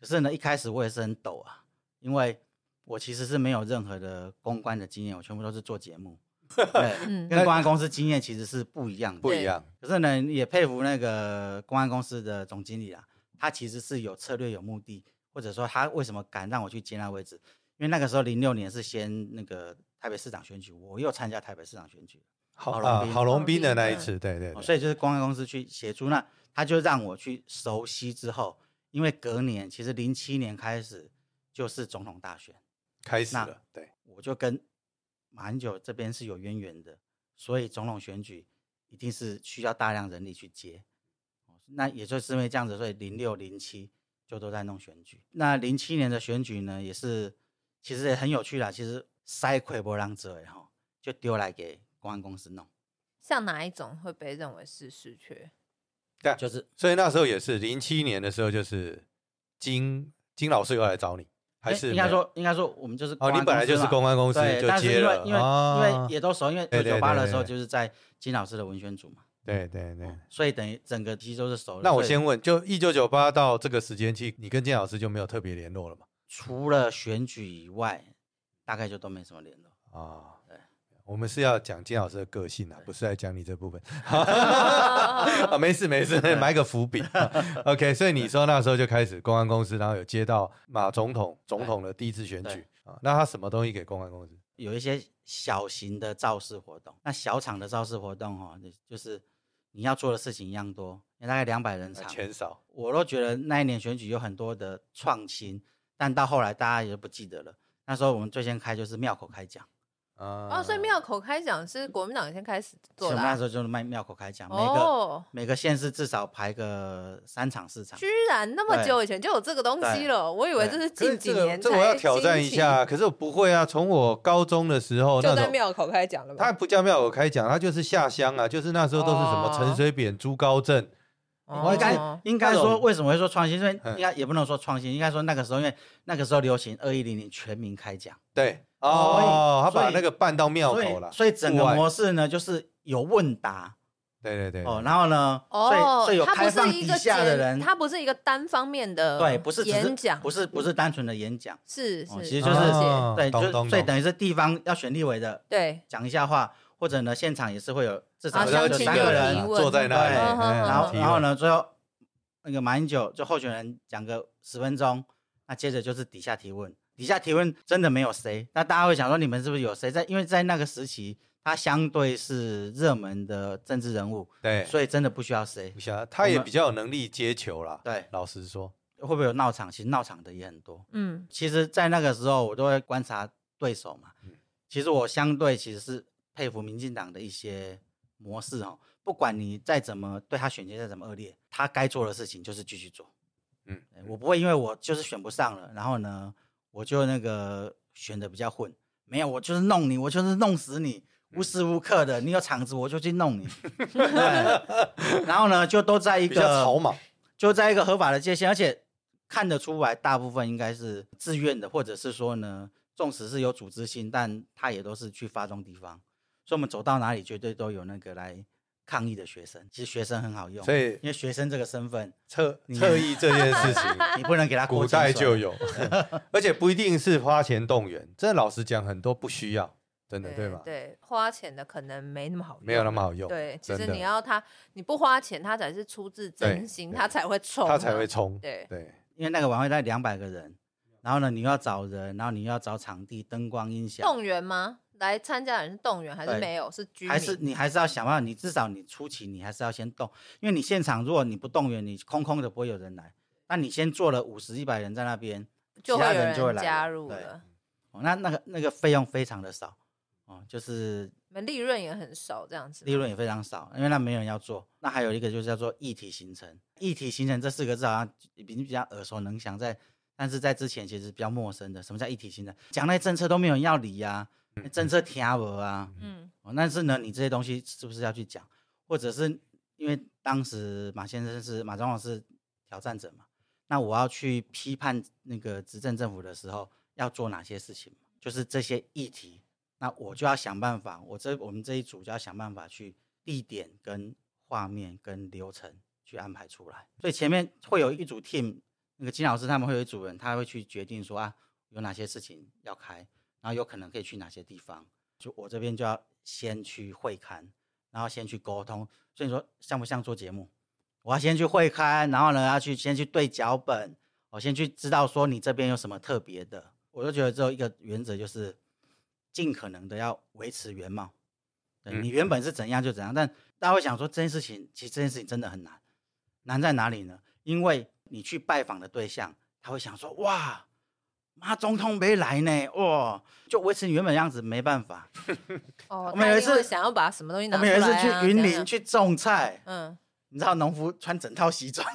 [SPEAKER 4] 可是呢，一开始我也是很抖啊，因为我其实是没有任何的公关的经验，我全部都是做 节目，对，
[SPEAKER 2] 嗯
[SPEAKER 4] 跟公安公司经验其实是不一样的。
[SPEAKER 3] 不一样，
[SPEAKER 4] 可是呢，也佩服那个公安公司的总经理啊，他其实是有策略、有目的，或者说他为什么敢让我去接那位置？因为那个时候零六年是先那个台北市长选举，我又参加台北市长选举，
[SPEAKER 3] 好
[SPEAKER 4] 郝龙
[SPEAKER 3] 啊，
[SPEAKER 4] 斌
[SPEAKER 3] 郝龙斌的那一
[SPEAKER 2] 嗯
[SPEAKER 3] 次，对对，
[SPEAKER 4] 哦
[SPEAKER 3] 对
[SPEAKER 4] 所以就是公安公司去协助，那他就让我去熟悉之后，因为隔年其实零七年开始就是总统大选，
[SPEAKER 3] 开始
[SPEAKER 4] 那
[SPEAKER 3] 了，对，
[SPEAKER 4] 我就跟马英九这边是有渊源的，所以总统选举一定是需要大量人力去接。哦那也就是因为这样子，所以零六零七就都在弄选举。那零七年的选举呢，也是其实也很有趣啦，其实塞奎波浪者然后就丢来给公安公司弄，
[SPEAKER 2] 像哪一种会被认为是失缺？
[SPEAKER 4] 就是
[SPEAKER 3] 所以那时候也是零七年的时候，就是金金老师又来找你，还
[SPEAKER 4] 诶
[SPEAKER 3] 是
[SPEAKER 4] 哎应
[SPEAKER 3] 没
[SPEAKER 4] 该
[SPEAKER 3] 有
[SPEAKER 4] 说应该说我们就是
[SPEAKER 3] 哦，你
[SPEAKER 4] 公安
[SPEAKER 3] 本来
[SPEAKER 4] 公司
[SPEAKER 3] 就是
[SPEAKER 4] 嘛
[SPEAKER 3] 公关公司
[SPEAKER 4] 对，
[SPEAKER 3] 就
[SPEAKER 4] 但是
[SPEAKER 3] 接
[SPEAKER 4] 因为
[SPEAKER 3] 了，
[SPEAKER 4] 因为、因
[SPEAKER 3] 啊
[SPEAKER 4] 为也都熟，因为
[SPEAKER 3] 对
[SPEAKER 4] 九
[SPEAKER 3] 对
[SPEAKER 4] 九八
[SPEAKER 3] 对
[SPEAKER 4] 的时候
[SPEAKER 3] 对
[SPEAKER 4] 就是在金老师的文宣组嘛，
[SPEAKER 3] 对对对。
[SPEAKER 4] 所以等于整个其实都是熟的。
[SPEAKER 3] 那我
[SPEAKER 4] 哦所以
[SPEAKER 3] 先问，就一九九八到这个时间期，你跟建老师就没有特别联络了嘛？
[SPEAKER 4] 除了选举以外，大概就都没什么联络。
[SPEAKER 3] 啊
[SPEAKER 4] 对，
[SPEAKER 3] 我们是要讲金老师的个性啊，不是在讲你这部 分。 啊，没事没事，埋个伏笔。OK，所以你说那时候就开始公安公司，然后有接到马总统总统的第一次选举啊，那他什么东西给公安公司？
[SPEAKER 4] 有一些小型的造势活动，那小厂的造势活动哈、哦，你就是你要做的事情一样多，因为大概两百人场，
[SPEAKER 3] 钱少，
[SPEAKER 4] 我都觉得那一年选举有很多的创新，但到后来大家也就不记得了。那时候我们最先开就是庙口开讲，
[SPEAKER 3] 啊
[SPEAKER 5] 哦，所以庙口开讲是国民党先开始
[SPEAKER 4] 所以
[SPEAKER 5] 做
[SPEAKER 4] 我
[SPEAKER 5] 的
[SPEAKER 4] 们那
[SPEAKER 5] 啊、
[SPEAKER 4] 时候就是卖庙口开讲，每个、
[SPEAKER 5] 哦，
[SPEAKER 4] 每个县市至少排个三场四场
[SPEAKER 5] 居。然那么久以前就有这个东西了，我以为这是
[SPEAKER 3] 可是
[SPEAKER 5] 近几
[SPEAKER 3] 这个
[SPEAKER 5] 年
[SPEAKER 3] 这
[SPEAKER 5] 才
[SPEAKER 3] 个我要挑战一
[SPEAKER 5] 兴
[SPEAKER 3] 下，可是我不会啊。从我高中的时候
[SPEAKER 5] 起，
[SPEAKER 3] 那
[SPEAKER 5] 就在
[SPEAKER 3] 种，
[SPEAKER 5] 庙口开讲了嘛。
[SPEAKER 3] 它不叫庙口开讲，它就是下乡啊，就是那时候都是什么
[SPEAKER 5] 哦
[SPEAKER 3] 陈水扁、朱高正，
[SPEAKER 5] 哦
[SPEAKER 4] 应该应该
[SPEAKER 3] 那
[SPEAKER 4] 说，
[SPEAKER 3] 种
[SPEAKER 4] 为什么会说创新？因为
[SPEAKER 3] 嗯
[SPEAKER 4] 应该也不能说创新，应该说那个时候，因为那个时候流行二一零零全民开讲，
[SPEAKER 3] 对
[SPEAKER 4] 哦
[SPEAKER 3] 哦，他把
[SPEAKER 4] 所以
[SPEAKER 3] 那个办到庙
[SPEAKER 4] 所以
[SPEAKER 3] 口了，
[SPEAKER 4] 所以整
[SPEAKER 3] 户
[SPEAKER 4] 个
[SPEAKER 3] 外
[SPEAKER 4] 模式呢，就是有问答
[SPEAKER 3] 对对对，
[SPEAKER 4] 哦，然后呢，所以
[SPEAKER 5] 哦
[SPEAKER 4] 所以有，
[SPEAKER 5] 它
[SPEAKER 4] 开
[SPEAKER 5] 不
[SPEAKER 4] 放
[SPEAKER 5] 是一
[SPEAKER 4] 底
[SPEAKER 5] 个
[SPEAKER 4] 下的
[SPEAKER 5] 简
[SPEAKER 4] 人，
[SPEAKER 5] 它不是一个单方面的
[SPEAKER 4] 对，不是只是
[SPEAKER 5] 演讲，
[SPEAKER 4] 不是不是单纯的演讲，
[SPEAKER 5] 是是
[SPEAKER 4] 哦其实就是
[SPEAKER 5] 了解
[SPEAKER 3] 哦
[SPEAKER 4] 对，
[SPEAKER 3] 懂
[SPEAKER 4] 就
[SPEAKER 3] 懂
[SPEAKER 4] 所以
[SPEAKER 3] 懂
[SPEAKER 4] 等于是地方要选立委的，
[SPEAKER 5] 对，
[SPEAKER 4] 讲一下话，或者呢现场也是会有至
[SPEAKER 5] 啊
[SPEAKER 4] 少
[SPEAKER 5] 相
[SPEAKER 4] 有
[SPEAKER 5] 亲
[SPEAKER 4] 三
[SPEAKER 5] 有
[SPEAKER 4] 个
[SPEAKER 5] 提
[SPEAKER 4] 人
[SPEAKER 5] 问，
[SPEAKER 3] 坐在那里，
[SPEAKER 4] 对
[SPEAKER 3] 嗯
[SPEAKER 4] 然后
[SPEAKER 5] 嗯
[SPEAKER 3] 提问
[SPEAKER 4] 然后呢最后那个马英九就候选人讲个十分钟，那接着就是底下提问，底下提问真的没有谁，那大家会想说你们是不是有谁在？因为在那个时期，他相对是热门的政治人物，
[SPEAKER 3] 对，
[SPEAKER 4] 所以真的不需要谁
[SPEAKER 3] 不。行，他也比较有能力接球啦。
[SPEAKER 4] 对，
[SPEAKER 3] 老实说，
[SPEAKER 4] 会不会有闹场？其实闹场的也很多。
[SPEAKER 5] 嗯，
[SPEAKER 4] 其实，在那个时候，我都会观察对手嘛
[SPEAKER 3] 嗯。
[SPEAKER 4] 其实我相对其实是佩服民进党的一些模式哦，不管你再怎么对他选情再怎么恶劣，他该做的事情就是继续做。
[SPEAKER 3] 嗯，
[SPEAKER 4] 哎我不会因为我就是选不上了，然后呢，我就那个选的比较混，没有，我就是弄你，我就是弄死你，
[SPEAKER 3] 嗯
[SPEAKER 4] 无时无刻的，你有场子我就去弄 你。对，然后呢，就都在一
[SPEAKER 3] 比
[SPEAKER 4] 个
[SPEAKER 3] 较草莽，
[SPEAKER 4] 就在一个合法的界限，而且看得出来，大部分应该是自愿的，或者是说呢，纵使是有组织性，但他也都是去发动地方，所以我们走到哪里，绝对都有那个来抗议的学生。其实学生很好用，
[SPEAKER 3] 所以
[SPEAKER 4] 因为学生这个身 份，
[SPEAKER 3] 侧
[SPEAKER 4] 你
[SPEAKER 3] 侧翼这件事情，
[SPEAKER 4] 你不能给 他
[SPEAKER 3] 古
[SPEAKER 4] 过清
[SPEAKER 3] 代
[SPEAKER 4] 水
[SPEAKER 3] 就有，而且不一定是花钱动员。这老实讲，很多不需要，真的对吗？
[SPEAKER 5] 对，花钱的可能没那么好用，
[SPEAKER 3] 没有那么好用，
[SPEAKER 5] 对，其
[SPEAKER 3] 真
[SPEAKER 5] 实
[SPEAKER 3] 的
[SPEAKER 5] 你要他，你不花钱，他才是出自真心，
[SPEAKER 3] 对
[SPEAKER 5] 他才会冲，
[SPEAKER 3] 他才会。冲。
[SPEAKER 5] 啊对，
[SPEAKER 3] 对，
[SPEAKER 4] 因为那个晚会大概两百个人，然后呢，你又要找人，然后你又要找场地、灯光、音响，
[SPEAKER 5] 动员吗？来参加的人是动员还是
[SPEAKER 4] 对
[SPEAKER 5] 没有？是居民？
[SPEAKER 4] 还是你还是要想办法，你至少你初期你还是要先动，因为你现场如果你不动员，你空空的不会有人来。那你先做了五十一百人在那边，
[SPEAKER 5] 就
[SPEAKER 4] 其
[SPEAKER 5] 会
[SPEAKER 4] 他
[SPEAKER 5] 有
[SPEAKER 4] 人就会来
[SPEAKER 5] 加入
[SPEAKER 4] 对
[SPEAKER 5] 了，
[SPEAKER 4] 哦，那那个那个费用非常的少，哦，就是
[SPEAKER 5] 你们利润也很少，这样子吗。
[SPEAKER 4] 利润也非常少，因为那没有人要做。那还有一个就是叫做议题形成，议题形成这四个字好像比比较耳熟能详，在但是在之前其实比较陌生的。什么叫议题形成？讲那些政策都没有人要理呀、那政策听不啊，
[SPEAKER 5] 嗯，
[SPEAKER 4] 哦，但是呢，你这些东西是不是要去讲，或者是因为当时马先生是马总统是挑战者嘛？那我要去批判那个执政政府的时候，要做哪些事情？就是这些议题，那我就要想办法，我这我们这一组就要想办法去地点、跟画面、跟流程去安排出来。所以前面会有一组 team，那个金老师他们会有一组人，他会去决定说啊，有哪些事情要开，然后有可能可以去哪些地方。就我这边就要先去会刊，然后先去沟通。所以你说像不像做节目？我要先去会刊，然后呢要去先去对脚本，我先去知道说你这边有什么特别的。我就觉得只有一个原则，就是尽可能的要维持原貌。对
[SPEAKER 3] 嗯
[SPEAKER 4] 你原本是怎样就怎样，但大家会想说这件事情，其实这件事情真的很难。难在哪里呢？因为你去拜访的对象，他会想说：哇，妈总统没来呢，哇，就维持你原本的样子没办法。
[SPEAKER 5] 哦，
[SPEAKER 4] 我们有一
[SPEAKER 5] 他定会
[SPEAKER 4] 次
[SPEAKER 5] 想要把什么东西
[SPEAKER 4] 我
[SPEAKER 5] 拿出
[SPEAKER 4] 们
[SPEAKER 5] 来
[SPEAKER 4] 有一次
[SPEAKER 5] 啊
[SPEAKER 4] 去云
[SPEAKER 5] 这样
[SPEAKER 4] 林
[SPEAKER 5] 啊
[SPEAKER 4] 去种菜，
[SPEAKER 5] 嗯，
[SPEAKER 4] 你知道农夫穿整套西装，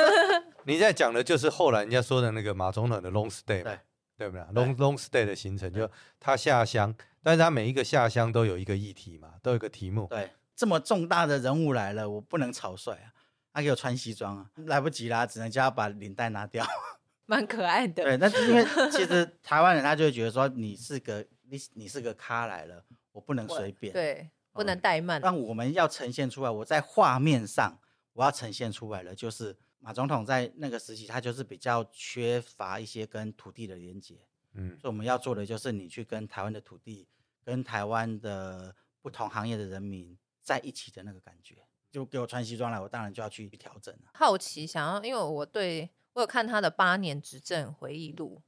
[SPEAKER 3] 你在讲的就是后来人家说的那个马总统的 long stay 嘛
[SPEAKER 4] 对，
[SPEAKER 3] 对不对
[SPEAKER 4] 对
[SPEAKER 3] ？long long stay 的行程就他下乡，但是他每一个下乡都有一个议题嘛，都有一个题目。
[SPEAKER 4] 对，这么重大的人物来了，我不能草率啊。他给我穿西装啊，来不及啦，只能叫他把领带拿掉。
[SPEAKER 5] 蛮可爱的。
[SPEAKER 4] 对，但是因为其实台湾人他就会觉得说你是个你你是个咖来了，我不能
[SPEAKER 5] 我
[SPEAKER 4] 随便。
[SPEAKER 5] 对，不
[SPEAKER 4] 哦
[SPEAKER 5] 能怠慢。
[SPEAKER 4] 让我们要呈现出来，我在画面上我要呈现出来的就是马总统在那个时期，他就是比较缺乏一些跟土地的连接，
[SPEAKER 3] 嗯
[SPEAKER 4] 所以我们要做的就是你去跟台湾的土地、跟台湾的不同行业的人民在一起的那个感觉。就给我穿西装来，我当然就要去调整了。
[SPEAKER 5] 好奇，想要，因为我对我有看他的八年执政回忆录，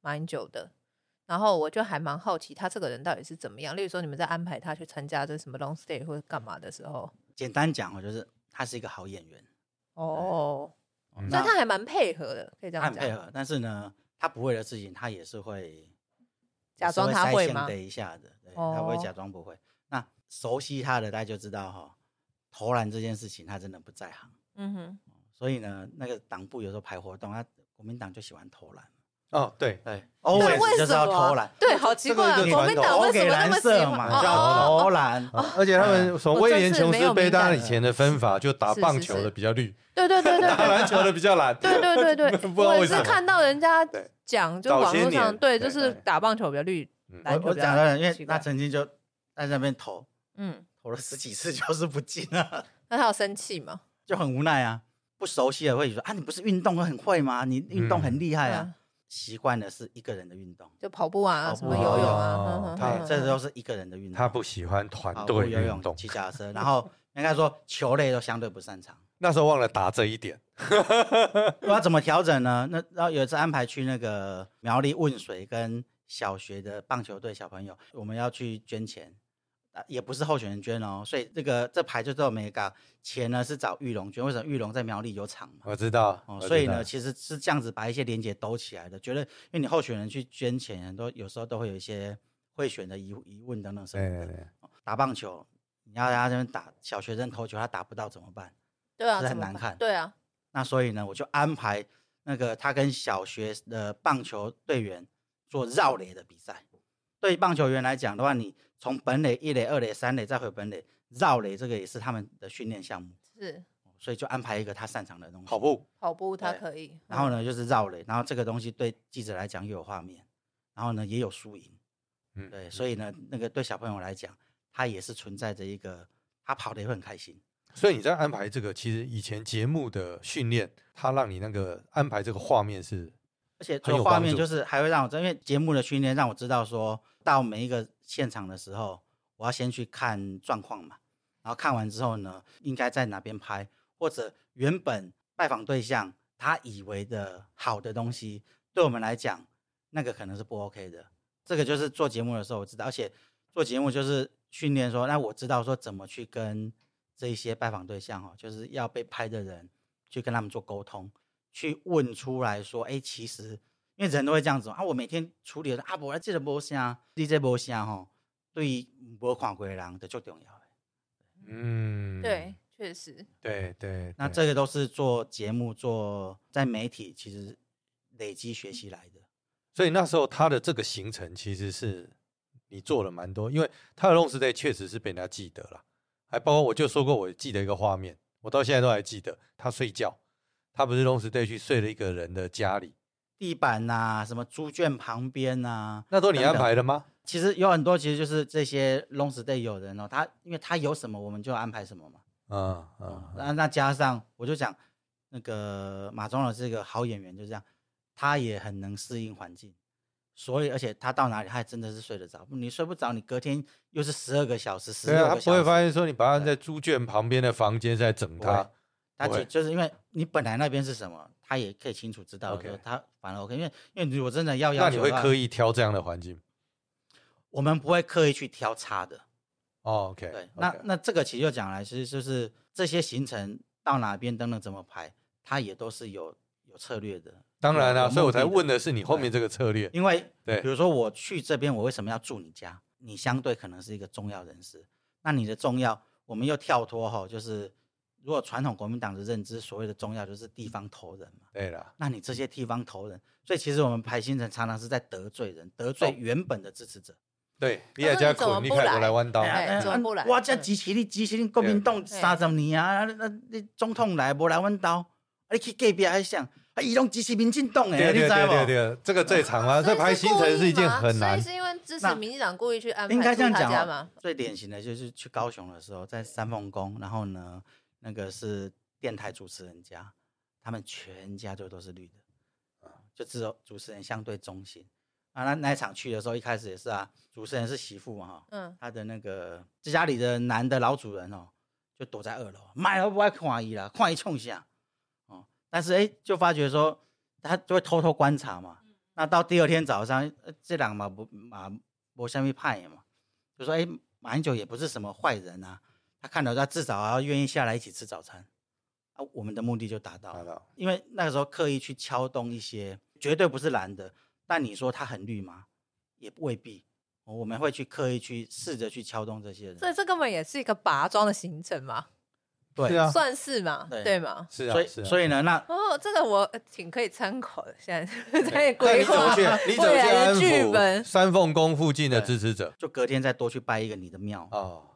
[SPEAKER 5] 蛮久的。然后我就还蛮好奇他这个人到底是怎么样。例如说，你们在安排他去参加这什么 long stay 或者干嘛的时候，
[SPEAKER 4] 简单讲哦，就是他是一个好演员，
[SPEAKER 5] 哦，
[SPEAKER 3] 嗯
[SPEAKER 5] 所以他还蛮配合的，可以这
[SPEAKER 4] 他
[SPEAKER 5] 样
[SPEAKER 4] 很
[SPEAKER 5] 讲
[SPEAKER 4] 配。合，但是呢，他不会的事情他也是会
[SPEAKER 5] 假装
[SPEAKER 4] 稍微
[SPEAKER 5] 他
[SPEAKER 4] 筛
[SPEAKER 5] 会
[SPEAKER 4] 选
[SPEAKER 5] 吗
[SPEAKER 4] 的一下的，对他不会
[SPEAKER 5] 哦
[SPEAKER 4] 假装不会。那熟悉他的大家就知道哈、投篮这件事情他真的不在行，
[SPEAKER 5] 嗯哼，
[SPEAKER 4] 所以呢，那个党部有时候排活动，他国民党就喜欢投篮，
[SPEAKER 3] 哦，对，
[SPEAKER 4] 对
[SPEAKER 5] 那
[SPEAKER 4] ，always
[SPEAKER 5] 为
[SPEAKER 4] 就是
[SPEAKER 5] 什
[SPEAKER 4] 要
[SPEAKER 5] 么
[SPEAKER 4] 投篮，
[SPEAKER 5] 对，好奇
[SPEAKER 3] 这个
[SPEAKER 5] 怪啊，
[SPEAKER 3] 一个
[SPEAKER 5] 国民
[SPEAKER 3] 传
[SPEAKER 5] 党
[SPEAKER 3] 统
[SPEAKER 4] 投
[SPEAKER 5] 为什
[SPEAKER 4] 给
[SPEAKER 5] 么那
[SPEAKER 4] 蓝
[SPEAKER 5] 么喜
[SPEAKER 4] 色
[SPEAKER 5] 欢？
[SPEAKER 4] 嘛，
[SPEAKER 5] 哦
[SPEAKER 4] 就要
[SPEAKER 5] 哦哦，
[SPEAKER 4] 投
[SPEAKER 5] 哎
[SPEAKER 4] 篮。
[SPEAKER 3] 啊而且他们从
[SPEAKER 5] 我
[SPEAKER 3] 威
[SPEAKER 5] 这
[SPEAKER 3] 廉
[SPEAKER 5] 次
[SPEAKER 3] 琼
[SPEAKER 5] 没
[SPEAKER 3] 斯
[SPEAKER 5] 有
[SPEAKER 3] 杯，
[SPEAKER 5] 敏
[SPEAKER 3] 当
[SPEAKER 5] 感
[SPEAKER 3] 然以
[SPEAKER 5] 了
[SPEAKER 3] 前的分法就打
[SPEAKER 5] 是
[SPEAKER 3] 棒
[SPEAKER 5] 是
[SPEAKER 3] 球
[SPEAKER 5] 是
[SPEAKER 3] 的比较绿，
[SPEAKER 5] 对对对对
[SPEAKER 3] 打
[SPEAKER 5] 对
[SPEAKER 3] 篮球的比较蓝，
[SPEAKER 5] 对对 对 对，
[SPEAKER 3] 不知道
[SPEAKER 5] 我也
[SPEAKER 3] 为什
[SPEAKER 5] 是
[SPEAKER 3] 么
[SPEAKER 5] 看到人家
[SPEAKER 3] 对
[SPEAKER 5] 讲，就
[SPEAKER 3] 早
[SPEAKER 5] 网
[SPEAKER 3] 些
[SPEAKER 5] 络上
[SPEAKER 3] 年
[SPEAKER 5] 对，
[SPEAKER 3] 对
[SPEAKER 5] 就是
[SPEAKER 3] 对
[SPEAKER 5] 打棒球比较绿，
[SPEAKER 3] 嗯
[SPEAKER 5] 篮
[SPEAKER 4] 我
[SPEAKER 5] 球
[SPEAKER 4] 我
[SPEAKER 5] 比较
[SPEAKER 4] 讲到了，因为
[SPEAKER 5] 奇
[SPEAKER 4] 他
[SPEAKER 5] 怪
[SPEAKER 4] 曾经就在那边投，
[SPEAKER 5] 嗯，
[SPEAKER 4] 投了十 几次就是不进啊，
[SPEAKER 5] 那他有生气吗？
[SPEAKER 4] 就很无奈啊。不熟悉的会说啊，你不是运动很会吗？你运动很厉害啊
[SPEAKER 5] 嗯。
[SPEAKER 4] 习惯的是一个人的运动，
[SPEAKER 5] 就跑步啊，
[SPEAKER 4] 跑
[SPEAKER 5] 什么
[SPEAKER 4] 步
[SPEAKER 5] 游泳啊，哼
[SPEAKER 3] 哦
[SPEAKER 5] 哼
[SPEAKER 3] 他
[SPEAKER 5] 哼
[SPEAKER 4] 对，
[SPEAKER 5] 哼
[SPEAKER 4] 这
[SPEAKER 5] 哼
[SPEAKER 4] 都是一个人的运动。
[SPEAKER 3] 他不喜欢团
[SPEAKER 4] 跑步
[SPEAKER 3] 队
[SPEAKER 4] 游
[SPEAKER 3] 运
[SPEAKER 4] 泳、
[SPEAKER 3] 动，
[SPEAKER 4] 骑脚踏车，然后应该说球类都相对不擅长。
[SPEAKER 3] 那时候忘了打这一点。
[SPEAKER 4] 我要怎么调整呢？那然后有一次安排去那个苗栗汶水跟小学的棒球队小朋友，我们要去捐钱，啊，也不是候选人捐哦，所以这个这牌就叫没搞钱呢是找玉龙捐，为什么玉龙在苗栗有厂嘛？
[SPEAKER 3] 我知道，
[SPEAKER 4] 哦
[SPEAKER 3] 我，知
[SPEAKER 4] 所以呢，
[SPEAKER 3] 道
[SPEAKER 4] 其实是这样子把一些连接抖起来的。觉得，因为你候选人去捐钱，很多有时候都会有一些贿选的疑疑问等等什
[SPEAKER 3] 对对
[SPEAKER 4] 么的。
[SPEAKER 3] 对，
[SPEAKER 4] 打棒球，你要让他这边打小学生投球，他打不到怎么办？
[SPEAKER 5] 对啊，
[SPEAKER 4] 是
[SPEAKER 5] 怎
[SPEAKER 4] 很
[SPEAKER 5] 么
[SPEAKER 4] 难
[SPEAKER 5] 办
[SPEAKER 4] 看
[SPEAKER 5] 对啊，
[SPEAKER 4] 那所以呢，我就安排那个他跟小学的棒球队员做绕垒的比赛。对棒球员来讲的话，你从本垒、一垒、二垒、三垒再回本垒，绕垒这个也是他们的训练项目，
[SPEAKER 5] 是
[SPEAKER 4] 所以就安排一个他擅长的东西。
[SPEAKER 3] 跑步
[SPEAKER 5] 跑步他
[SPEAKER 4] 对
[SPEAKER 5] 可以，
[SPEAKER 4] 然后
[SPEAKER 5] 嗯？
[SPEAKER 4] 呢，就是绕垒，然后这个东西对记者来讲又有画面，然后呢也有输赢，
[SPEAKER 3] 嗯
[SPEAKER 4] 对，所以呢，那个对小朋友来讲，他也是存在着一个，他跑得也会很开心，
[SPEAKER 3] 所以你在安排这个，其实以前节目的训练，它让你那个安排这个画面是
[SPEAKER 4] 而且
[SPEAKER 3] 很
[SPEAKER 4] 这
[SPEAKER 3] 有
[SPEAKER 4] 个画
[SPEAKER 3] 帮
[SPEAKER 4] 面
[SPEAKER 3] 助
[SPEAKER 4] 就是还会让我知道，因为节目的训练让我知道说，到每一个现场的时候，我要先去看状况嘛，然后看完之后呢，应该在哪边拍，或者原本拜访对象他以为的好的东西，对我们来讲，那个可能是不 OK 的。这个就是做节目的时候我知道，而且做节目就是训练说，那我知道说怎么去跟这一些拜访对象哦，就是要被拍的人去跟他们做沟通，去问出来说，哎，其实因为人都会这样子嘛啊，我每天处理的啊，我这个波声，DJ 波声吼，对于无看过的人就最重要的。
[SPEAKER 3] 嗯，
[SPEAKER 5] 对，确实，
[SPEAKER 3] 对对，
[SPEAKER 4] 那
[SPEAKER 3] 对
[SPEAKER 4] 这个都是做节目、做在媒体其实累积学习来的。
[SPEAKER 3] 所以那时候他的这个行程其实是你做了蛮多，因为他的 long stay 确实是被人家记得了，还包括我就说过，我记得一个画面，我到现在都还记得，他睡觉，他不是 long stay 去睡了一个人的家里，
[SPEAKER 4] 地板呐、什么猪圈旁边呐、
[SPEAKER 3] 那都你
[SPEAKER 4] 等等
[SPEAKER 3] 安排的吗？
[SPEAKER 4] 其实有很多，其实就是这些 long stay 有人哦，他因为他有什么我们就安排什么嘛。
[SPEAKER 3] 嗯
[SPEAKER 4] 啊
[SPEAKER 3] 嗯，
[SPEAKER 4] 那那加上我就讲那个马忠老是一个好演员，就这样，他也很能适应环境，所以而且他到哪里他还真的是睡得着。你睡不着，你隔天又是十二个小时、十
[SPEAKER 3] 对
[SPEAKER 4] 六
[SPEAKER 3] 啊，他
[SPEAKER 4] 个
[SPEAKER 3] 不
[SPEAKER 4] 小
[SPEAKER 3] 会
[SPEAKER 4] 时。
[SPEAKER 3] 发现说你把他
[SPEAKER 4] 对
[SPEAKER 3] 在猪圈旁边的房间是在整
[SPEAKER 4] 不会
[SPEAKER 3] 他，
[SPEAKER 4] 他
[SPEAKER 3] 不
[SPEAKER 4] 就
[SPEAKER 3] 会
[SPEAKER 4] 就是因为你本来那边是什么，他也可以清楚知道
[SPEAKER 3] OK
[SPEAKER 4] 说他反而 OK，因为因为如果真的要
[SPEAKER 3] 那
[SPEAKER 4] 要
[SPEAKER 3] 你
[SPEAKER 4] 求
[SPEAKER 3] 会
[SPEAKER 4] 的话，
[SPEAKER 3] 刻意挑这样的环境？
[SPEAKER 4] 我们不会刻意去挑差的。
[SPEAKER 3] 哦，OK，
[SPEAKER 4] 对，那
[SPEAKER 3] OK
[SPEAKER 4] 那这个其实就讲来，其实就是这些行程到哪边等等怎么排，它也都是有有策略的。
[SPEAKER 3] 当然
[SPEAKER 4] 有
[SPEAKER 3] 啦、
[SPEAKER 4] 有
[SPEAKER 3] 所以我
[SPEAKER 4] 目的
[SPEAKER 3] 才问
[SPEAKER 4] 的
[SPEAKER 3] 的是你后
[SPEAKER 4] 对
[SPEAKER 3] 面这个策略，
[SPEAKER 4] 因为
[SPEAKER 3] 对
[SPEAKER 4] 比如说我去这边，我为什么要住你家？你相对可能是一个重要人士，那你的重要，我们又跳脱哈，就是如果传统国民党的认知，所谓的重要就是地方头人嘛。
[SPEAKER 3] 对啦，
[SPEAKER 4] 那你这些地方头人，所以其实我们排行程常常是在得罪人，得
[SPEAKER 3] 哦
[SPEAKER 4] 罪原本的支持者。
[SPEAKER 3] 对，你
[SPEAKER 5] 他
[SPEAKER 3] 也
[SPEAKER 5] 说
[SPEAKER 3] 加
[SPEAKER 5] 啊你怎么
[SPEAKER 3] 捆，你
[SPEAKER 5] 不
[SPEAKER 3] 看我
[SPEAKER 5] 来
[SPEAKER 3] 来弯刀，
[SPEAKER 5] 哎
[SPEAKER 4] 呀
[SPEAKER 5] 怎么不来
[SPEAKER 4] 我这
[SPEAKER 5] 嗯
[SPEAKER 4] 支持你，支持你国民党三十年啊！那那那总统来无来阮兜，啊你去隔壁还想，啊伊拢支持民进党
[SPEAKER 3] 对
[SPEAKER 4] 诶，你
[SPEAKER 3] 对
[SPEAKER 4] 知
[SPEAKER 3] 对对
[SPEAKER 4] 无？
[SPEAKER 3] 对，这个最长 啊，
[SPEAKER 5] 所
[SPEAKER 3] 这
[SPEAKER 5] 以
[SPEAKER 3] 排行
[SPEAKER 5] 故
[SPEAKER 3] 程
[SPEAKER 5] 意
[SPEAKER 3] 是一件
[SPEAKER 5] 嘛
[SPEAKER 3] 很难
[SPEAKER 5] 所以是因为支持
[SPEAKER 4] 那
[SPEAKER 5] 民进党故意去安排
[SPEAKER 4] 应该这样
[SPEAKER 5] 出他
[SPEAKER 4] 讲
[SPEAKER 5] 家
[SPEAKER 4] 哦
[SPEAKER 5] 嘛？。
[SPEAKER 4] 最典型的就是去高雄的时候，在三凤宫，然后呢，那个是电台主持人家，他们全家就都是绿的，就只有主持人相对中性。啊，那那一场去的时候，一开始也是啊，主持人是媳妇嘛哈，
[SPEAKER 5] 嗯，
[SPEAKER 4] 他的那个这家里的男的老主人哦，就躲在二楼，卖都不爱看伊啦，看伊冲啥哦。但是哎、诶就发觉说他就会偷偷观察嘛。那到第二天早上，呃这两嘛不嘛无虾米派嘛，就说哎、诶马英九也不是什么坏人啊，他看到他至少要愿意下来一起吃早餐啊，我们的目的就达到
[SPEAKER 3] 达
[SPEAKER 4] 了。
[SPEAKER 3] 到
[SPEAKER 4] 因为那个时候刻意去敲动一些，绝对不是蓝的。但你说他很绿吗？也未必。哦我们会去刻意去试着去敲动这些人，
[SPEAKER 5] 所以这根本也是一个拔庄的行程嘛，
[SPEAKER 4] 对
[SPEAKER 3] 是啊，
[SPEAKER 5] 算是嘛，
[SPEAKER 4] 对
[SPEAKER 5] 对嘛。
[SPEAKER 3] 是啊，
[SPEAKER 4] 所以
[SPEAKER 3] 是啊
[SPEAKER 4] 所以呢，那
[SPEAKER 5] 哦，这个我呃挺可以参考的，现 在在
[SPEAKER 3] 那
[SPEAKER 5] 规
[SPEAKER 3] 你怎
[SPEAKER 5] 划
[SPEAKER 3] 么去？你怎么
[SPEAKER 5] 未
[SPEAKER 3] 去
[SPEAKER 5] 来
[SPEAKER 3] 安
[SPEAKER 5] 的剧
[SPEAKER 3] 抚
[SPEAKER 5] 本。
[SPEAKER 3] 三凤宫附近的
[SPEAKER 4] 对
[SPEAKER 3] 支持者
[SPEAKER 4] 就隔天再多去拜一个你的庙。
[SPEAKER 3] 哦，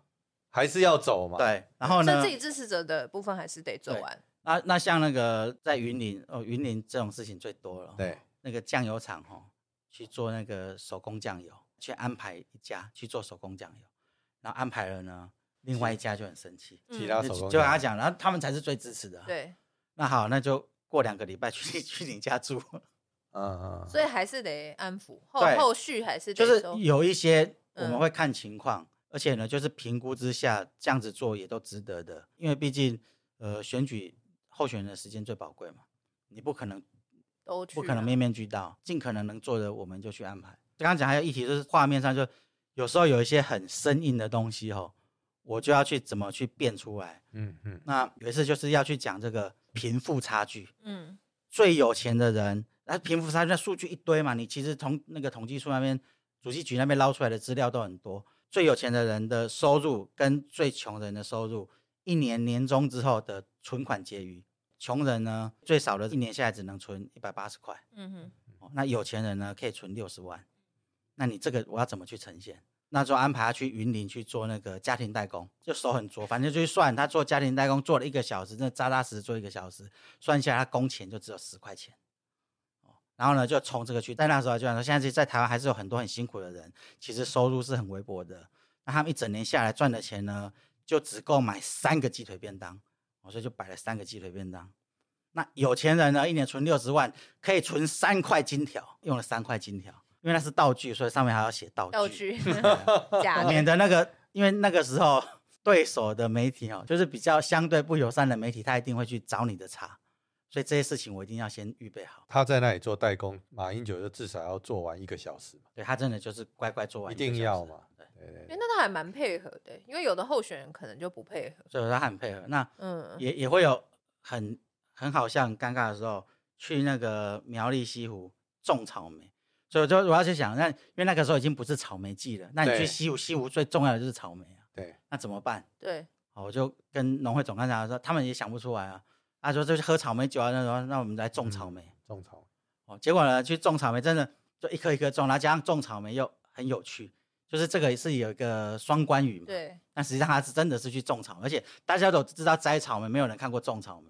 [SPEAKER 3] 还是要走嘛？，
[SPEAKER 4] 对，然后
[SPEAKER 5] 所以
[SPEAKER 4] 呢
[SPEAKER 5] 自，己支持者的部分还是得做
[SPEAKER 4] 对
[SPEAKER 5] 完。
[SPEAKER 4] 那那像那个在云林哦，云林这种事情最多了。
[SPEAKER 3] 对，
[SPEAKER 4] 那个酱油厂哦，去做那个手工酱油，去安排一家去做手工酱油，然后安排了呢，另外一家就很生气，
[SPEAKER 3] 其
[SPEAKER 5] 嗯
[SPEAKER 3] 他
[SPEAKER 4] 就
[SPEAKER 3] 手工
[SPEAKER 4] 就跟他
[SPEAKER 3] 匠
[SPEAKER 4] 讲，然后他们才是最支持的、，
[SPEAKER 5] 对，
[SPEAKER 4] 那好，那就过两个礼拜去 你去你家住，
[SPEAKER 3] 嗯嗯，
[SPEAKER 5] 所以还是得安抚后
[SPEAKER 4] 对
[SPEAKER 5] 后续还是得
[SPEAKER 4] 就是
[SPEAKER 5] 收
[SPEAKER 4] 有一些我们
[SPEAKER 5] 嗯
[SPEAKER 4] 会看情况，而且呢，就是评估之下这样子做也都值得的，因为毕竟呃选举候选人的时间最宝贵嘛，你不可能
[SPEAKER 5] 都去啊
[SPEAKER 4] 不
[SPEAKER 5] 了，
[SPEAKER 4] 可能面面俱到，尽可能能做的我们就去安排。刚刚讲还有一题就是画面上就有时候有一些很生硬的东西哦，我就要去怎么去变出来。
[SPEAKER 3] 嗯嗯，
[SPEAKER 4] 那有一次就是要去讲这个贫富差距，
[SPEAKER 5] 嗯，
[SPEAKER 4] 最有钱的人，那贫富差距那数据一堆嘛，你其实从那个统计处那边、主计局那边捞出来的资料都很多。最有钱的人的收入跟最穷人的收入，一年年终之后的存款结余，穷人呢最少的一年下来只能存一百八十块。
[SPEAKER 5] 嗯哼，
[SPEAKER 4] 哦，那有钱人呢可以存六十万，那你这个我要怎么去呈现？那就安排他去云林去做那个家庭代工，就手很拙，反正就去算他做家庭代工做了一个小时，那扎扎实实做一个小时，算下来他工钱就只有十块钱。哦，然后呢，就从这个去，但那时候就想说，现在在台湾还是有很多很辛苦的人，其实收入是很微薄的。那他们一整年下来赚的钱呢，就只够买三个鸡腿便当，我所以就摆了三个鸡腿便当。那有钱人呢，一年存六十万，可以存三块金条，用了三块金条，因为那是道具，所以上面还要写道具。
[SPEAKER 5] 道具 假
[SPEAKER 4] 对，
[SPEAKER 5] 的
[SPEAKER 4] 免得那个，因为那个时候对手的媒体哦，就是比较相对不友善的媒体，他一定会去找你的茬，所以这些事情我一定要先预备好。
[SPEAKER 3] 他在那里做代工，马英九就至少要做完一个小时嘛，
[SPEAKER 4] 对他真的就是乖乖做完
[SPEAKER 3] 一
[SPEAKER 4] 个
[SPEAKER 3] 定
[SPEAKER 4] 小
[SPEAKER 3] 要
[SPEAKER 4] 时
[SPEAKER 3] 嘛
[SPEAKER 4] 对，
[SPEAKER 3] 对对
[SPEAKER 5] 因为
[SPEAKER 3] 对，
[SPEAKER 5] 那他还蛮配合的，因为有的候选人可能就不配合，
[SPEAKER 4] 所以我说他很配合。那
[SPEAKER 5] 嗯，
[SPEAKER 4] 也也会有很很好笑、很尴尬的时候，去那个苗栗西湖种草莓。所以我就我要去想，那因为那个时候已经不是草莓季了，那你
[SPEAKER 3] 对
[SPEAKER 4] 去西湖，西湖最重要的就是草莓啊，
[SPEAKER 3] 对
[SPEAKER 4] 那怎么办？
[SPEAKER 5] 对，
[SPEAKER 4] 好，我就跟农会总干事说，他们也想不出来啊。他说就是喝草莓酒啊，那种，那我们来种草莓。
[SPEAKER 3] 种草，
[SPEAKER 4] 哦，结果呢，去种草莓真的就一颗一颗种，然后加上种草莓又很有趣，就是这个是有一个双关语嘛。。
[SPEAKER 5] 对，
[SPEAKER 4] 但实际上他是真的是去种草莓，而且大家都知道摘草莓，没有人看过种草莓，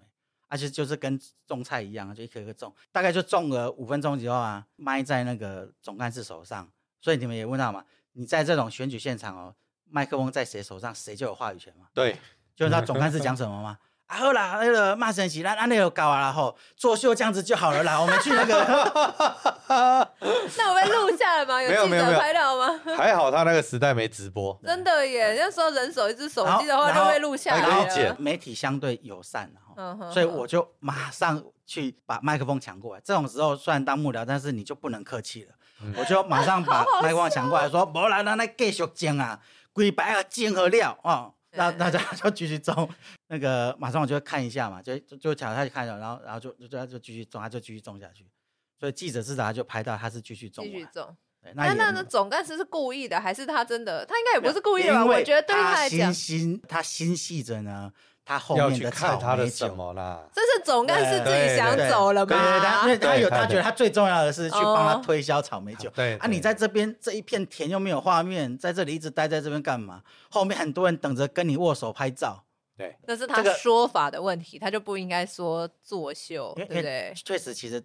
[SPEAKER 4] 而、且就是跟种菜一样，就一颗一颗种，大概就种了五分钟之后啊，卖在那个总干事手上。所以你们也问到嘛，你在这种选举现场哦，麦克风在谁手上，谁就有话语权嘛。
[SPEAKER 3] 对，
[SPEAKER 4] 就知道总干事讲什么吗？ 啊，好啦，那个骂神奇，那那那个搞啊，然后作秀这样子就好了啦。我们去那个，
[SPEAKER 5] 那我被录下来吗？
[SPEAKER 3] 没有
[SPEAKER 5] 记
[SPEAKER 3] 没有没
[SPEAKER 5] 者
[SPEAKER 3] 有
[SPEAKER 5] 拍到吗？
[SPEAKER 3] 还好他那个时代没直播，
[SPEAKER 5] 真的耶，那时候人手一只手
[SPEAKER 4] 然后
[SPEAKER 5] 机的话
[SPEAKER 4] 然
[SPEAKER 5] 就
[SPEAKER 4] 后
[SPEAKER 5] 被录下
[SPEAKER 3] 还
[SPEAKER 5] 来
[SPEAKER 3] 可以
[SPEAKER 5] 了，
[SPEAKER 3] 剪
[SPEAKER 4] 媒体相对友善，然
[SPEAKER 5] 嗯哼
[SPEAKER 4] 所以我就马上去把麦克风抢过来。这种时候虽然当幕僚，但是你就不能客气了，
[SPEAKER 5] 嗯
[SPEAKER 4] 我就马 上把麦克风抢过来说：“无啦，咱来继续讲啊，规排啊，整合了哦。”那
[SPEAKER 5] 对
[SPEAKER 4] 大家就继续种，那个马上我就会看一下嘛，就就就抢他去看一下，然后然后就就就他就继续种，他就继续种下去。所以记者至少他就拍到他是继续种
[SPEAKER 5] 继续
[SPEAKER 4] 完，
[SPEAKER 5] 种。
[SPEAKER 4] 对
[SPEAKER 5] 那
[SPEAKER 4] 也嗯
[SPEAKER 5] 那
[SPEAKER 4] 没
[SPEAKER 5] 那总干事是故意的，还是他真的？他应该也不是故意的吧？
[SPEAKER 4] 因为
[SPEAKER 5] 我觉得对于
[SPEAKER 4] 他
[SPEAKER 5] 来讲
[SPEAKER 4] 心，心他心系着呢，他后
[SPEAKER 3] 要
[SPEAKER 4] 面
[SPEAKER 3] 去
[SPEAKER 4] 的
[SPEAKER 3] 看
[SPEAKER 4] 草
[SPEAKER 3] 他的
[SPEAKER 4] 莓
[SPEAKER 3] 什
[SPEAKER 4] 酒。
[SPEAKER 3] 么啦，
[SPEAKER 5] 这是总干事自己想
[SPEAKER 3] 对
[SPEAKER 5] 走了
[SPEAKER 4] 对对，他因
[SPEAKER 5] 嘛
[SPEAKER 4] 为？他
[SPEAKER 3] 对
[SPEAKER 4] 有他
[SPEAKER 3] 对
[SPEAKER 4] 觉得他最重要的是去帮他
[SPEAKER 5] 哦
[SPEAKER 4] 推销草莓酒。
[SPEAKER 3] 对
[SPEAKER 4] 啊，你在这边这一片田又没有画面，在这里一直待在这边干嘛？后面很多人等着跟你握手拍照，
[SPEAKER 3] 对
[SPEAKER 5] 那是他
[SPEAKER 4] 这个
[SPEAKER 5] 说法的问题，他就不应该说作秀，
[SPEAKER 4] 因
[SPEAKER 5] 哦对不
[SPEAKER 4] 为
[SPEAKER 5] 对？
[SPEAKER 4] 确实，其实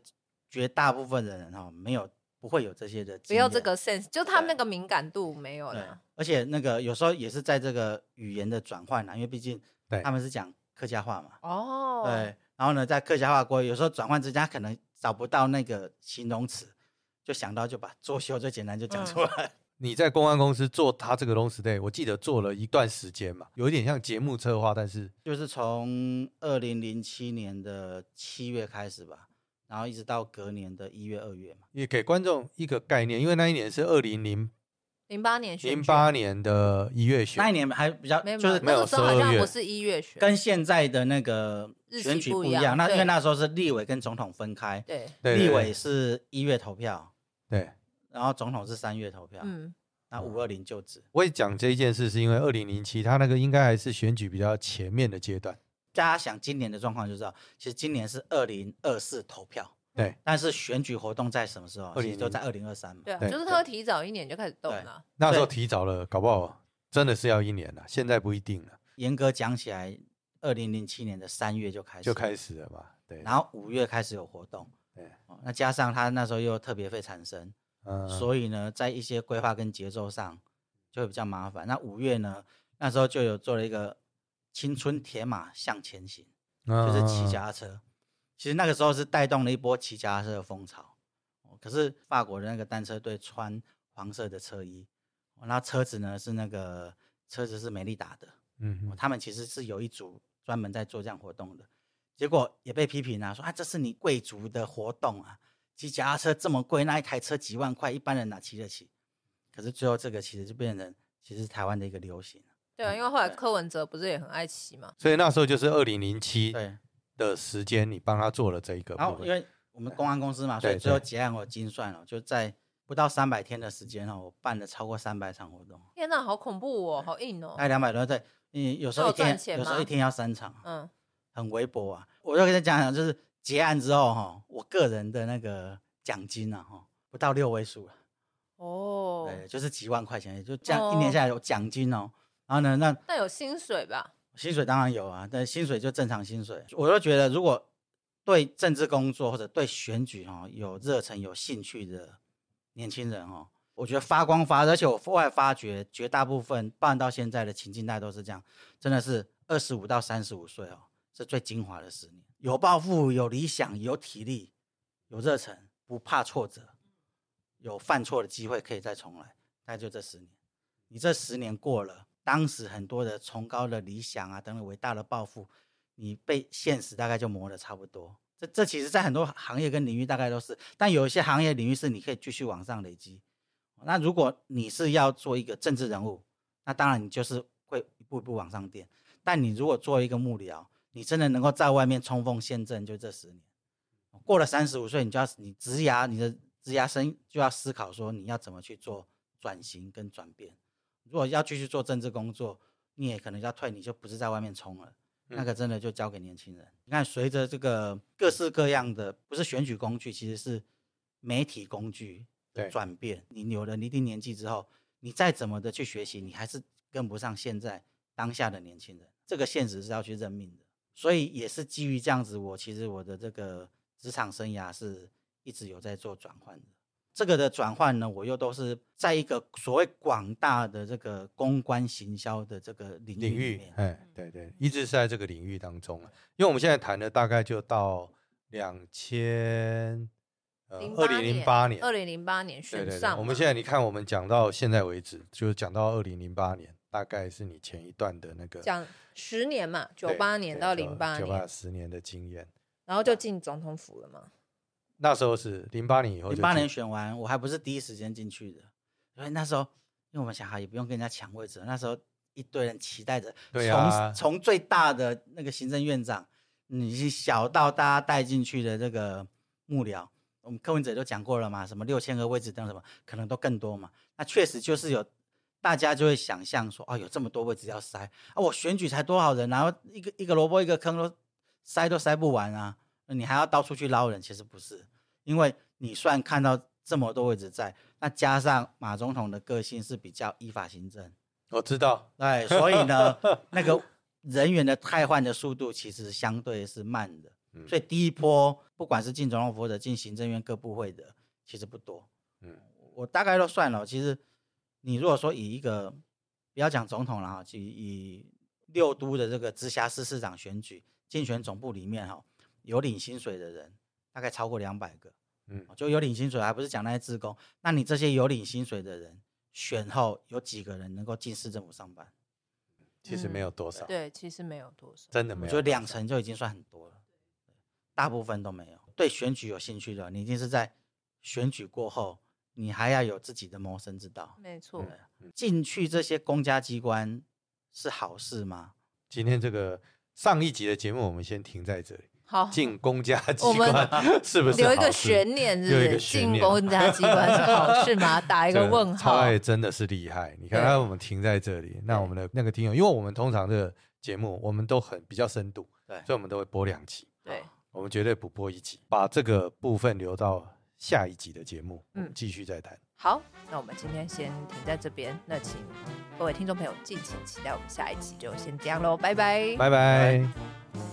[SPEAKER 4] 绝大部分的人哈、哦、没有不会有这些的，
[SPEAKER 5] 不要这个 sense，就他们那
[SPEAKER 4] 对
[SPEAKER 5] 个敏感度没有
[SPEAKER 4] 对
[SPEAKER 5] 了。，
[SPEAKER 4] 而且那个有时候也是在这个语言的转换啊，因为毕竟
[SPEAKER 3] 对
[SPEAKER 4] 他们是讲客家话嘛，
[SPEAKER 5] 哦，
[SPEAKER 4] 对，然后呢，在客家话国语有时候转换之间，他可能找不到那个形容词，就想到就把作秀最简单就
[SPEAKER 5] 嗯
[SPEAKER 4] 讲出来。
[SPEAKER 3] 你在公安公司做他这个 long stay，我记得做了一段时间嘛，有一点像节目策划，但是
[SPEAKER 4] 就是从二零零七年的七月开始吧，然后一直到隔年的一月、二月嘛。
[SPEAKER 3] 也给观众一个概念，因为那一年是二零零
[SPEAKER 5] 零八年选举
[SPEAKER 3] 零八年的一月选，
[SPEAKER 4] 啊那一年还比较
[SPEAKER 5] 没有，
[SPEAKER 4] 就是
[SPEAKER 5] 那
[SPEAKER 3] 没有
[SPEAKER 5] 个时候好
[SPEAKER 3] 12
[SPEAKER 5] 像
[SPEAKER 3] 月
[SPEAKER 5] 不是一月选，
[SPEAKER 4] 跟现在的那个
[SPEAKER 5] 日
[SPEAKER 4] 选
[SPEAKER 5] 期
[SPEAKER 4] 举
[SPEAKER 5] 不
[SPEAKER 4] 不
[SPEAKER 5] 一
[SPEAKER 4] 一
[SPEAKER 5] 样
[SPEAKER 4] 样。那因为
[SPEAKER 5] 对
[SPEAKER 4] 那时候是立委跟总统分开，
[SPEAKER 5] 对
[SPEAKER 3] 对
[SPEAKER 4] 立
[SPEAKER 3] 对
[SPEAKER 4] 委是一月投票，
[SPEAKER 3] 对
[SPEAKER 4] 然后总统是三月投票，
[SPEAKER 5] 嗯，
[SPEAKER 4] 那五二零就职。
[SPEAKER 3] 我也讲这一件事，是因为二零零七，他那个应该还是选举比较前面的阶段，
[SPEAKER 4] 大家想今年的状况就知道，其实今年是二零二四投票，
[SPEAKER 3] 对，
[SPEAKER 4] 但是选举活动在什么时候？啊其实都在二零二三嘛。
[SPEAKER 5] 对啊，
[SPEAKER 3] 对
[SPEAKER 5] 就是他会提早一年就开始动了，
[SPEAKER 3] 那时候
[SPEAKER 4] 对
[SPEAKER 3] 提早了，搞不好真的是要一年了，现在不一定了，
[SPEAKER 4] 严格讲起来，二零零七年的三月就开始
[SPEAKER 3] 就开，始了嘛。对，
[SPEAKER 4] 然后五月开始有活动。
[SPEAKER 3] 对
[SPEAKER 4] 哦，那加上他那时候又特别费产生，
[SPEAKER 3] 嗯，
[SPEAKER 4] 所以呢，在一些规划跟节奏上就会比较麻烦。那五月呢，那时候就有做了一个青春铁马向前行，就是骑
[SPEAKER 3] 嗯
[SPEAKER 4] 脚，踏车。其实那个时候是带动了一波骑脚踏车的风潮。哦可是法国的那个单车队穿黄色的车衣，哦然后车子呢是那个车子是美利达的，
[SPEAKER 3] 嗯
[SPEAKER 4] 哦
[SPEAKER 3] 哼，
[SPEAKER 4] 他们其实是有一组专门在做这样活动的，结果也被批评啊，说啊这是你贵族的活动啊，骑脚踏车这么贵，那一台车几万块，一般人哪骑得起？可是最后这个其实就变成其实是台湾的一个流行，
[SPEAKER 5] 对啊，因为后来柯文哲不是也很爱骑嘛，
[SPEAKER 3] 所以那时候就是二零零七
[SPEAKER 4] 对。
[SPEAKER 3] 的时间，你帮他做了这一个
[SPEAKER 4] 然
[SPEAKER 3] 部
[SPEAKER 4] 后因
[SPEAKER 3] 分，
[SPEAKER 4] 为我们公安公司嘛，所
[SPEAKER 3] 对
[SPEAKER 4] 以最后
[SPEAKER 3] 对
[SPEAKER 4] 结案我精算了，就在不到三百天的时间哦，我办了超过三百场活动，
[SPEAKER 5] 天呐，好恐怖哦，好硬哦
[SPEAKER 4] 大，概两百多对，嗯，有时
[SPEAKER 5] 那
[SPEAKER 4] 候一
[SPEAKER 5] 有赚
[SPEAKER 4] 天
[SPEAKER 5] 钱
[SPEAKER 4] 有时候
[SPEAKER 5] 吗
[SPEAKER 4] 一天要三场，
[SPEAKER 5] 嗯，
[SPEAKER 4] 很微薄啊。我就跟他讲讲，就是结案之后哈，我个人的那个奖金啊哈，不到六位数了，
[SPEAKER 5] 哦，
[SPEAKER 4] 对，就是几万块钱，就这样一年下来有奖金哦。然后呢，那
[SPEAKER 5] 那有薪水吧？
[SPEAKER 4] 薪水当然有啊，但薪水就正常薪水。我就觉得，如果对政治工作或者对选举哦有热忱、有兴趣的年轻人哦，我觉得发光发热，而且我后来发觉，绝大部分办到现在的情境，大家都是这样，真的是二十五到三十五岁哦，是最精华的十年，有抱负、有理想、有体力、有热忱，不怕挫折，有犯错的机会可以再重来，大概就这十年。你这十年过了，当时很多的崇高的理想啊，等等伟大的抱负，你被现实大概就磨得差不多。这这其实，在很多行业跟领域大概都是，但有一些行业领域是你可以继续往上累积。那如果你是要做一个政治人物，那当然你就是会一步一步往上垫。但你如果做一个幕僚，你真的能够在外面冲锋陷阵，就这十年。过了三十五岁，你就要你职涯你的职涯生就要思考说你要怎么去做转型跟转变。如果要继续做政治工作，你也可能要退，你就不是在外面冲了。那个真的就交给年轻人。你看，随着这个各式各样的，不是选举工具，其实是媒体工具的
[SPEAKER 3] 对
[SPEAKER 4] 转变。你有了一定年纪之后，你再怎么的去学习，你还是跟不上现在当下的年轻人。这个现实是要去认命的。所以也是基于这样子，我其实我的这个职场生涯是一直有在做转换的。这个的转换呢，我又都是在一个所谓广大的这个公关行销的这个领域
[SPEAKER 3] 领
[SPEAKER 4] 里
[SPEAKER 3] 域
[SPEAKER 4] 面，嗯
[SPEAKER 3] 哎，对对，一直是在这个领域当中啊。因为我们现在谈的大概就到两千呃二零零八年，
[SPEAKER 5] 二零零八年
[SPEAKER 3] 对
[SPEAKER 5] 选
[SPEAKER 3] 对对
[SPEAKER 5] 上，嘛，
[SPEAKER 3] 我们现在你看，我们讲到现在为止，就是讲到二零零八年，大概是你前一段的那个
[SPEAKER 5] 讲十年嘛，九八年到零八
[SPEAKER 3] 九八
[SPEAKER 5] 年，
[SPEAKER 3] 十年的经验。
[SPEAKER 5] 然后就进总统府了嘛。
[SPEAKER 3] 那时候是零八年以后就
[SPEAKER 4] 零
[SPEAKER 3] 进，
[SPEAKER 4] 八年选完，我还不是第一时间进去的，因为那时候，因为我们小孩也不用跟人家抢位置，那时候一堆人期待着，
[SPEAKER 3] 对啊
[SPEAKER 4] 从从最大的那个行政院长，你是小到大家带进去的这个幕僚，我们柯文哲都讲过了嘛，什么六千个位置等等什么，可能都更多嘛。那确实就是有，大家就会想象说，哦，有这么多位置要塞啊，我选举才多少人，然后一个一个萝卜一个坑都塞都塞不完啊，你还要到处去捞人，其实不是。因为你算看到这么多位置在，那加上马总统的个性是比较依法行政，
[SPEAKER 3] 我知道，
[SPEAKER 4] 对，所以 呢，那个人员的汰换的速度其实相对是慢的，
[SPEAKER 3] 嗯
[SPEAKER 4] 所以第一波不管是进总统府或者进行政院各部会的，其实不多。
[SPEAKER 3] 嗯
[SPEAKER 4] 我大概都算了，其实你如果说以一个不要讲总统了哈，就以六都的这个直辖市市长选举竞选总部里面哈，有领薪水的人大概超过两百个。
[SPEAKER 3] 嗯
[SPEAKER 4] 就有领薪水，还不是讲那些职工？那你这些有领薪水的人，选后有几个人能够进市政府上班？
[SPEAKER 3] 其实没有多少，
[SPEAKER 5] 对，其实没有多少。
[SPEAKER 3] 真的
[SPEAKER 4] 我
[SPEAKER 3] 没有多少，
[SPEAKER 4] 觉得两成就已经算很多了，大部分都没有。对选举有兴趣的，你一定是在选举过后，你还要有自己的谋生之道。
[SPEAKER 5] 没错，
[SPEAKER 3] 嗯
[SPEAKER 4] 进去这些公家机关是好事吗？
[SPEAKER 3] 今天这个上一集的节目，我们先停在这里。
[SPEAKER 5] 好，
[SPEAKER 3] 进公家机
[SPEAKER 5] 哦我们
[SPEAKER 3] 关 是不是
[SPEAKER 5] 留一
[SPEAKER 3] 好
[SPEAKER 5] 个
[SPEAKER 3] 事
[SPEAKER 5] 悬念，是不
[SPEAKER 3] 留一
[SPEAKER 5] 是？
[SPEAKER 3] 个悬
[SPEAKER 5] 进
[SPEAKER 3] 念
[SPEAKER 5] 公家机关是好事 吗？打一个
[SPEAKER 3] 这
[SPEAKER 5] 问
[SPEAKER 3] 超
[SPEAKER 5] 号。
[SPEAKER 3] 爱真的是厉害，你看
[SPEAKER 5] 对
[SPEAKER 3] 他我们停在这里，那我们的那个听友，因为我们通常的节目我们都很比较深度，
[SPEAKER 4] 对
[SPEAKER 3] 所以我们都会播两集，
[SPEAKER 5] 对，
[SPEAKER 3] 我们绝对不播一集，把这个部分留到下一集的节目，
[SPEAKER 5] 嗯
[SPEAKER 3] 嗯，继续再谈。
[SPEAKER 5] 好，那我们今天先停在这边，那请各位听众朋友敬请期待我们下一集，就先这样喽，拜拜。
[SPEAKER 3] 拜拜。